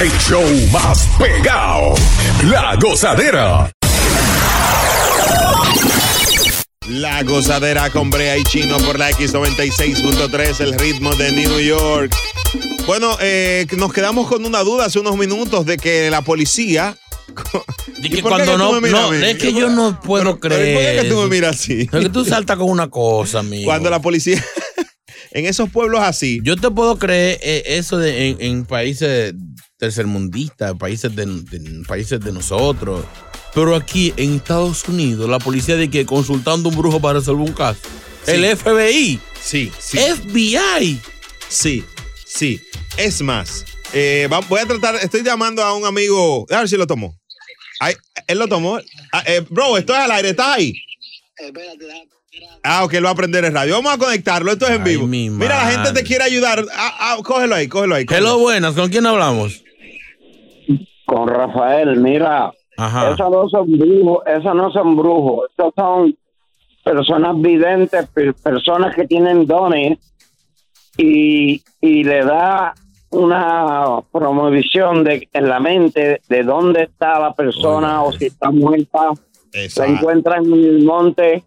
[SPEAKER 2] El show más pegado. La gozadera.
[SPEAKER 3] La gozadera con Brea y Chino por la X96.3, el ritmo de New York. Bueno, eh, nos quedamos con una duda hace unos minutos de que la policía...
[SPEAKER 4] Y
[SPEAKER 3] ¿Y
[SPEAKER 4] que
[SPEAKER 3] por qué que
[SPEAKER 4] cuando
[SPEAKER 3] tú me
[SPEAKER 4] no,
[SPEAKER 3] miras a
[SPEAKER 4] no,
[SPEAKER 3] mí?
[SPEAKER 4] es que yo no puedo
[SPEAKER 3] pero ¿y
[SPEAKER 4] creer.
[SPEAKER 3] por qué que tú me
[SPEAKER 4] eso.
[SPEAKER 3] miras así?
[SPEAKER 4] Es que tú saltas con una cosa, amigo.
[SPEAKER 3] Cuando la policía... en esos pueblos así...
[SPEAKER 4] Yo te puedo creer eh, eso de, en, en países tercermundistas, países de, de- países de nosotros. Pero aquí en Estados Unidos, la policía de que consultando a un brujo para resolver un caso. El FBI.
[SPEAKER 3] Sí, sí.
[SPEAKER 4] FBI.
[SPEAKER 3] Sí, sí. Es más, eh, va- voy a tratar, estoy llamando a un amigo, a ver si lo tomó. Ay, él lo tomó. Ah, eh, bro, esto es al aire, ¿estás ahí? Ah, ok, lo va a aprender el radio. Vamos a conectarlo, esto es en vivo. Mira, la gente
[SPEAKER 4] madre.
[SPEAKER 3] te quiere ayudar. Ah, ah, cógelo ahí, cógelo ahí. cógelo.
[SPEAKER 4] Hello, buenas. ¿Con quién hablamos?
[SPEAKER 14] Con Rafael, mira,
[SPEAKER 4] Ajá.
[SPEAKER 14] esos no son brujos, esos no son brujos, esos son personas videntes, per- personas que tienen dones y, y le da una promoción de, en la mente de dónde está la persona o si está muerta, la encuentran en el monte.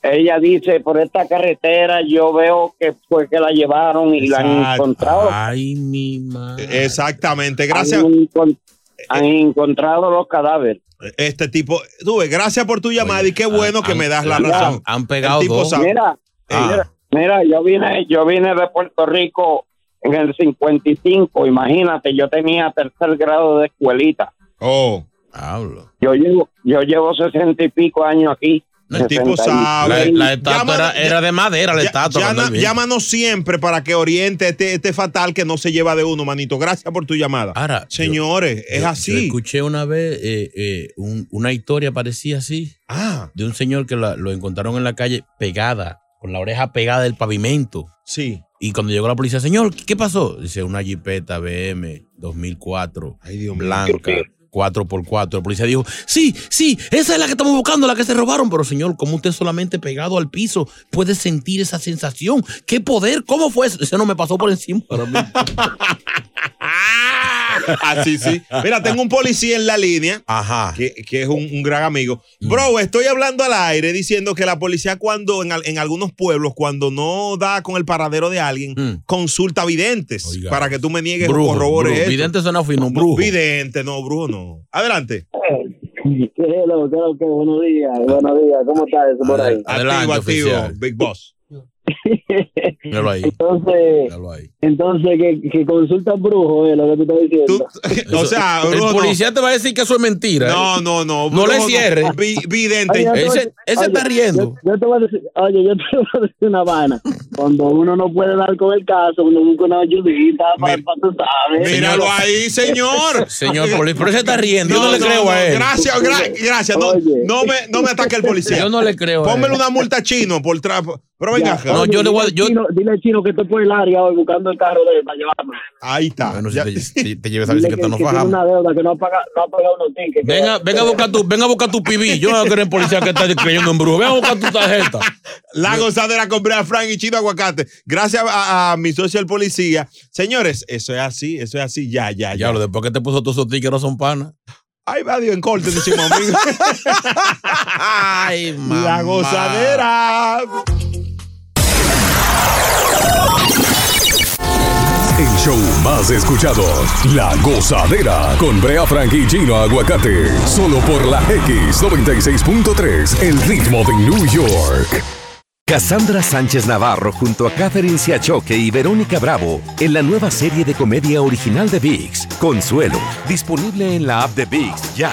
[SPEAKER 14] Ella dice, por esta carretera yo veo que fue que la llevaron y la han
[SPEAKER 3] Exacto.
[SPEAKER 14] encontrado.
[SPEAKER 3] Exactamente, gracias. Eh,
[SPEAKER 14] Han encon- han encontrado los cadáveres.
[SPEAKER 3] Este tipo, tú ves, gracias por tu llamada y qué bueno que me das la razón. El tipo sabe. Ah.
[SPEAKER 14] Mira, mira, mira, yo vine, yo vine de Puerto Rico en el 55, imagínate, yo tenía tercer grado de escuelita.
[SPEAKER 3] Oh.
[SPEAKER 4] Hablo.
[SPEAKER 14] Yo llevo, yo llevo sesenta y pico años aquí.
[SPEAKER 3] El tipo
[SPEAKER 14] 60 y-
[SPEAKER 3] sabe.
[SPEAKER 14] Ey,
[SPEAKER 4] La estatua era, era de madera, la
[SPEAKER 3] Ya-
[SPEAKER 4] estatua.
[SPEAKER 3] llama-
[SPEAKER 4] cuando él vino.
[SPEAKER 3] llámanos siempre para que oriente este, este fatal que no se lleva de uno, manito. Gracias por tu llamada.
[SPEAKER 4] Ahora,
[SPEAKER 3] Señores, es
[SPEAKER 4] Yo- yo
[SPEAKER 3] así.
[SPEAKER 4] escuché una vez eh, eh, un- una historia parecía así.
[SPEAKER 3] Ah.
[SPEAKER 4] De un señor que la- lo encontraron en la calle pegada, con la oreja pegada del pavimento.
[SPEAKER 3] Sí.
[SPEAKER 4] Y cuando llegó la policía, señor, ¿qué pasó? Dice, una jipeta BM 2004, blanca, 4x4. La policía dijo, sí, sí, esa es la que estamos buscando, la que se robaron. Pero señor, como usted solamente pegado al piso puede sentir esa sensación? ¿Qué poder? ¿Cómo fue eso? Ese no me pasó por encima.
[SPEAKER 3] Así sí. Mira, tengo un policía en la línea.
[SPEAKER 4] Ajá. Mm.
[SPEAKER 3] Que, que es un, un gran amigo. Bro, estoy hablando al aire diciendo que la policía cuando en, al- en algunos pueblos, cuando no da con el paradero de alguien, consulta videntes para que tú me niegues o
[SPEAKER 4] Mm. Brujo,
[SPEAKER 3] corrobores
[SPEAKER 4] brujo.
[SPEAKER 3] esto.
[SPEAKER 4] Vidente suena fino,
[SPEAKER 3] No,
[SPEAKER 4] brujo.
[SPEAKER 3] Vidente, no, brujo no. Adelante.
[SPEAKER 14] hello, hello, qué buenos días, buenos días, ¿cómo estás eso por ahí?
[SPEAKER 3] Activo, activo, Big Boss.
[SPEAKER 4] Míralo ahí.
[SPEAKER 14] Entonces, entonces que, que consulta al brujo, es lo que tú estás diciendo.
[SPEAKER 3] O sea,
[SPEAKER 4] el
[SPEAKER 3] brujo no.
[SPEAKER 4] policía te va a decir que eso es mentira. ¿eh?
[SPEAKER 3] No, no, no.
[SPEAKER 4] No le
[SPEAKER 3] brujo
[SPEAKER 4] cierre.
[SPEAKER 3] Vi- Vidente.
[SPEAKER 14] Oye, yo te
[SPEAKER 4] Ese,
[SPEAKER 14] voy-
[SPEAKER 4] ese
[SPEAKER 14] oye,
[SPEAKER 4] está riendo.
[SPEAKER 14] Yo, yo te voy a decir, oye, yo te voy a decir una vaina. Cuando uno no puede dar con el caso, uno busca una ayudita para, tú sabes.
[SPEAKER 3] Míralo ahí, señor.
[SPEAKER 4] Señor policía, pero ese está riendo. yo no, le creo a él.
[SPEAKER 3] Gracias, gra- gracias. No, no me, no me ataque el policía.
[SPEAKER 4] Yo no le creo a
[SPEAKER 3] Pónmele
[SPEAKER 4] él.
[SPEAKER 3] una multa a chino por trapo. Pero
[SPEAKER 14] Ya,
[SPEAKER 3] venga.
[SPEAKER 14] oye, dile al Chino, dile al chino que estoy por el área hoy buscando el carro de él para llevarme.
[SPEAKER 3] Ahí está.
[SPEAKER 4] Ya- te lleves
[SPEAKER 14] Dile que, que tiene una deuda que no ha pagado, no ha pagado unos tickets.
[SPEAKER 4] Venga, venga a buscar tu, venga a buscar tu PB. Yo no creo en policía que está creyendo en brujo. Venga a buscar tu tarjeta.
[SPEAKER 3] La gozadera compré a Frank y Chino Aguacate. Gracias a, a mi socio el policía. Señores, eso es así, eso es así. Ya, ya, ya.
[SPEAKER 4] Ya, lo después que te puso todos esos tickets no son panas.
[SPEAKER 3] Ay, va Dios en corte, decimos amigo.
[SPEAKER 4] Ay, mamá.
[SPEAKER 3] La gozadera.
[SPEAKER 2] El show más escuchado. La gozadera con Brea Frank y Chino Aguacate. Solo por la X96.3. El ritmo de New York.
[SPEAKER 17] Cassandra Sánchez Navarro junto a Catherine Siachoque y Verónica Bravo en la nueva serie de comedia original de VIX, Consuelo, disponible en la app de VIX ya.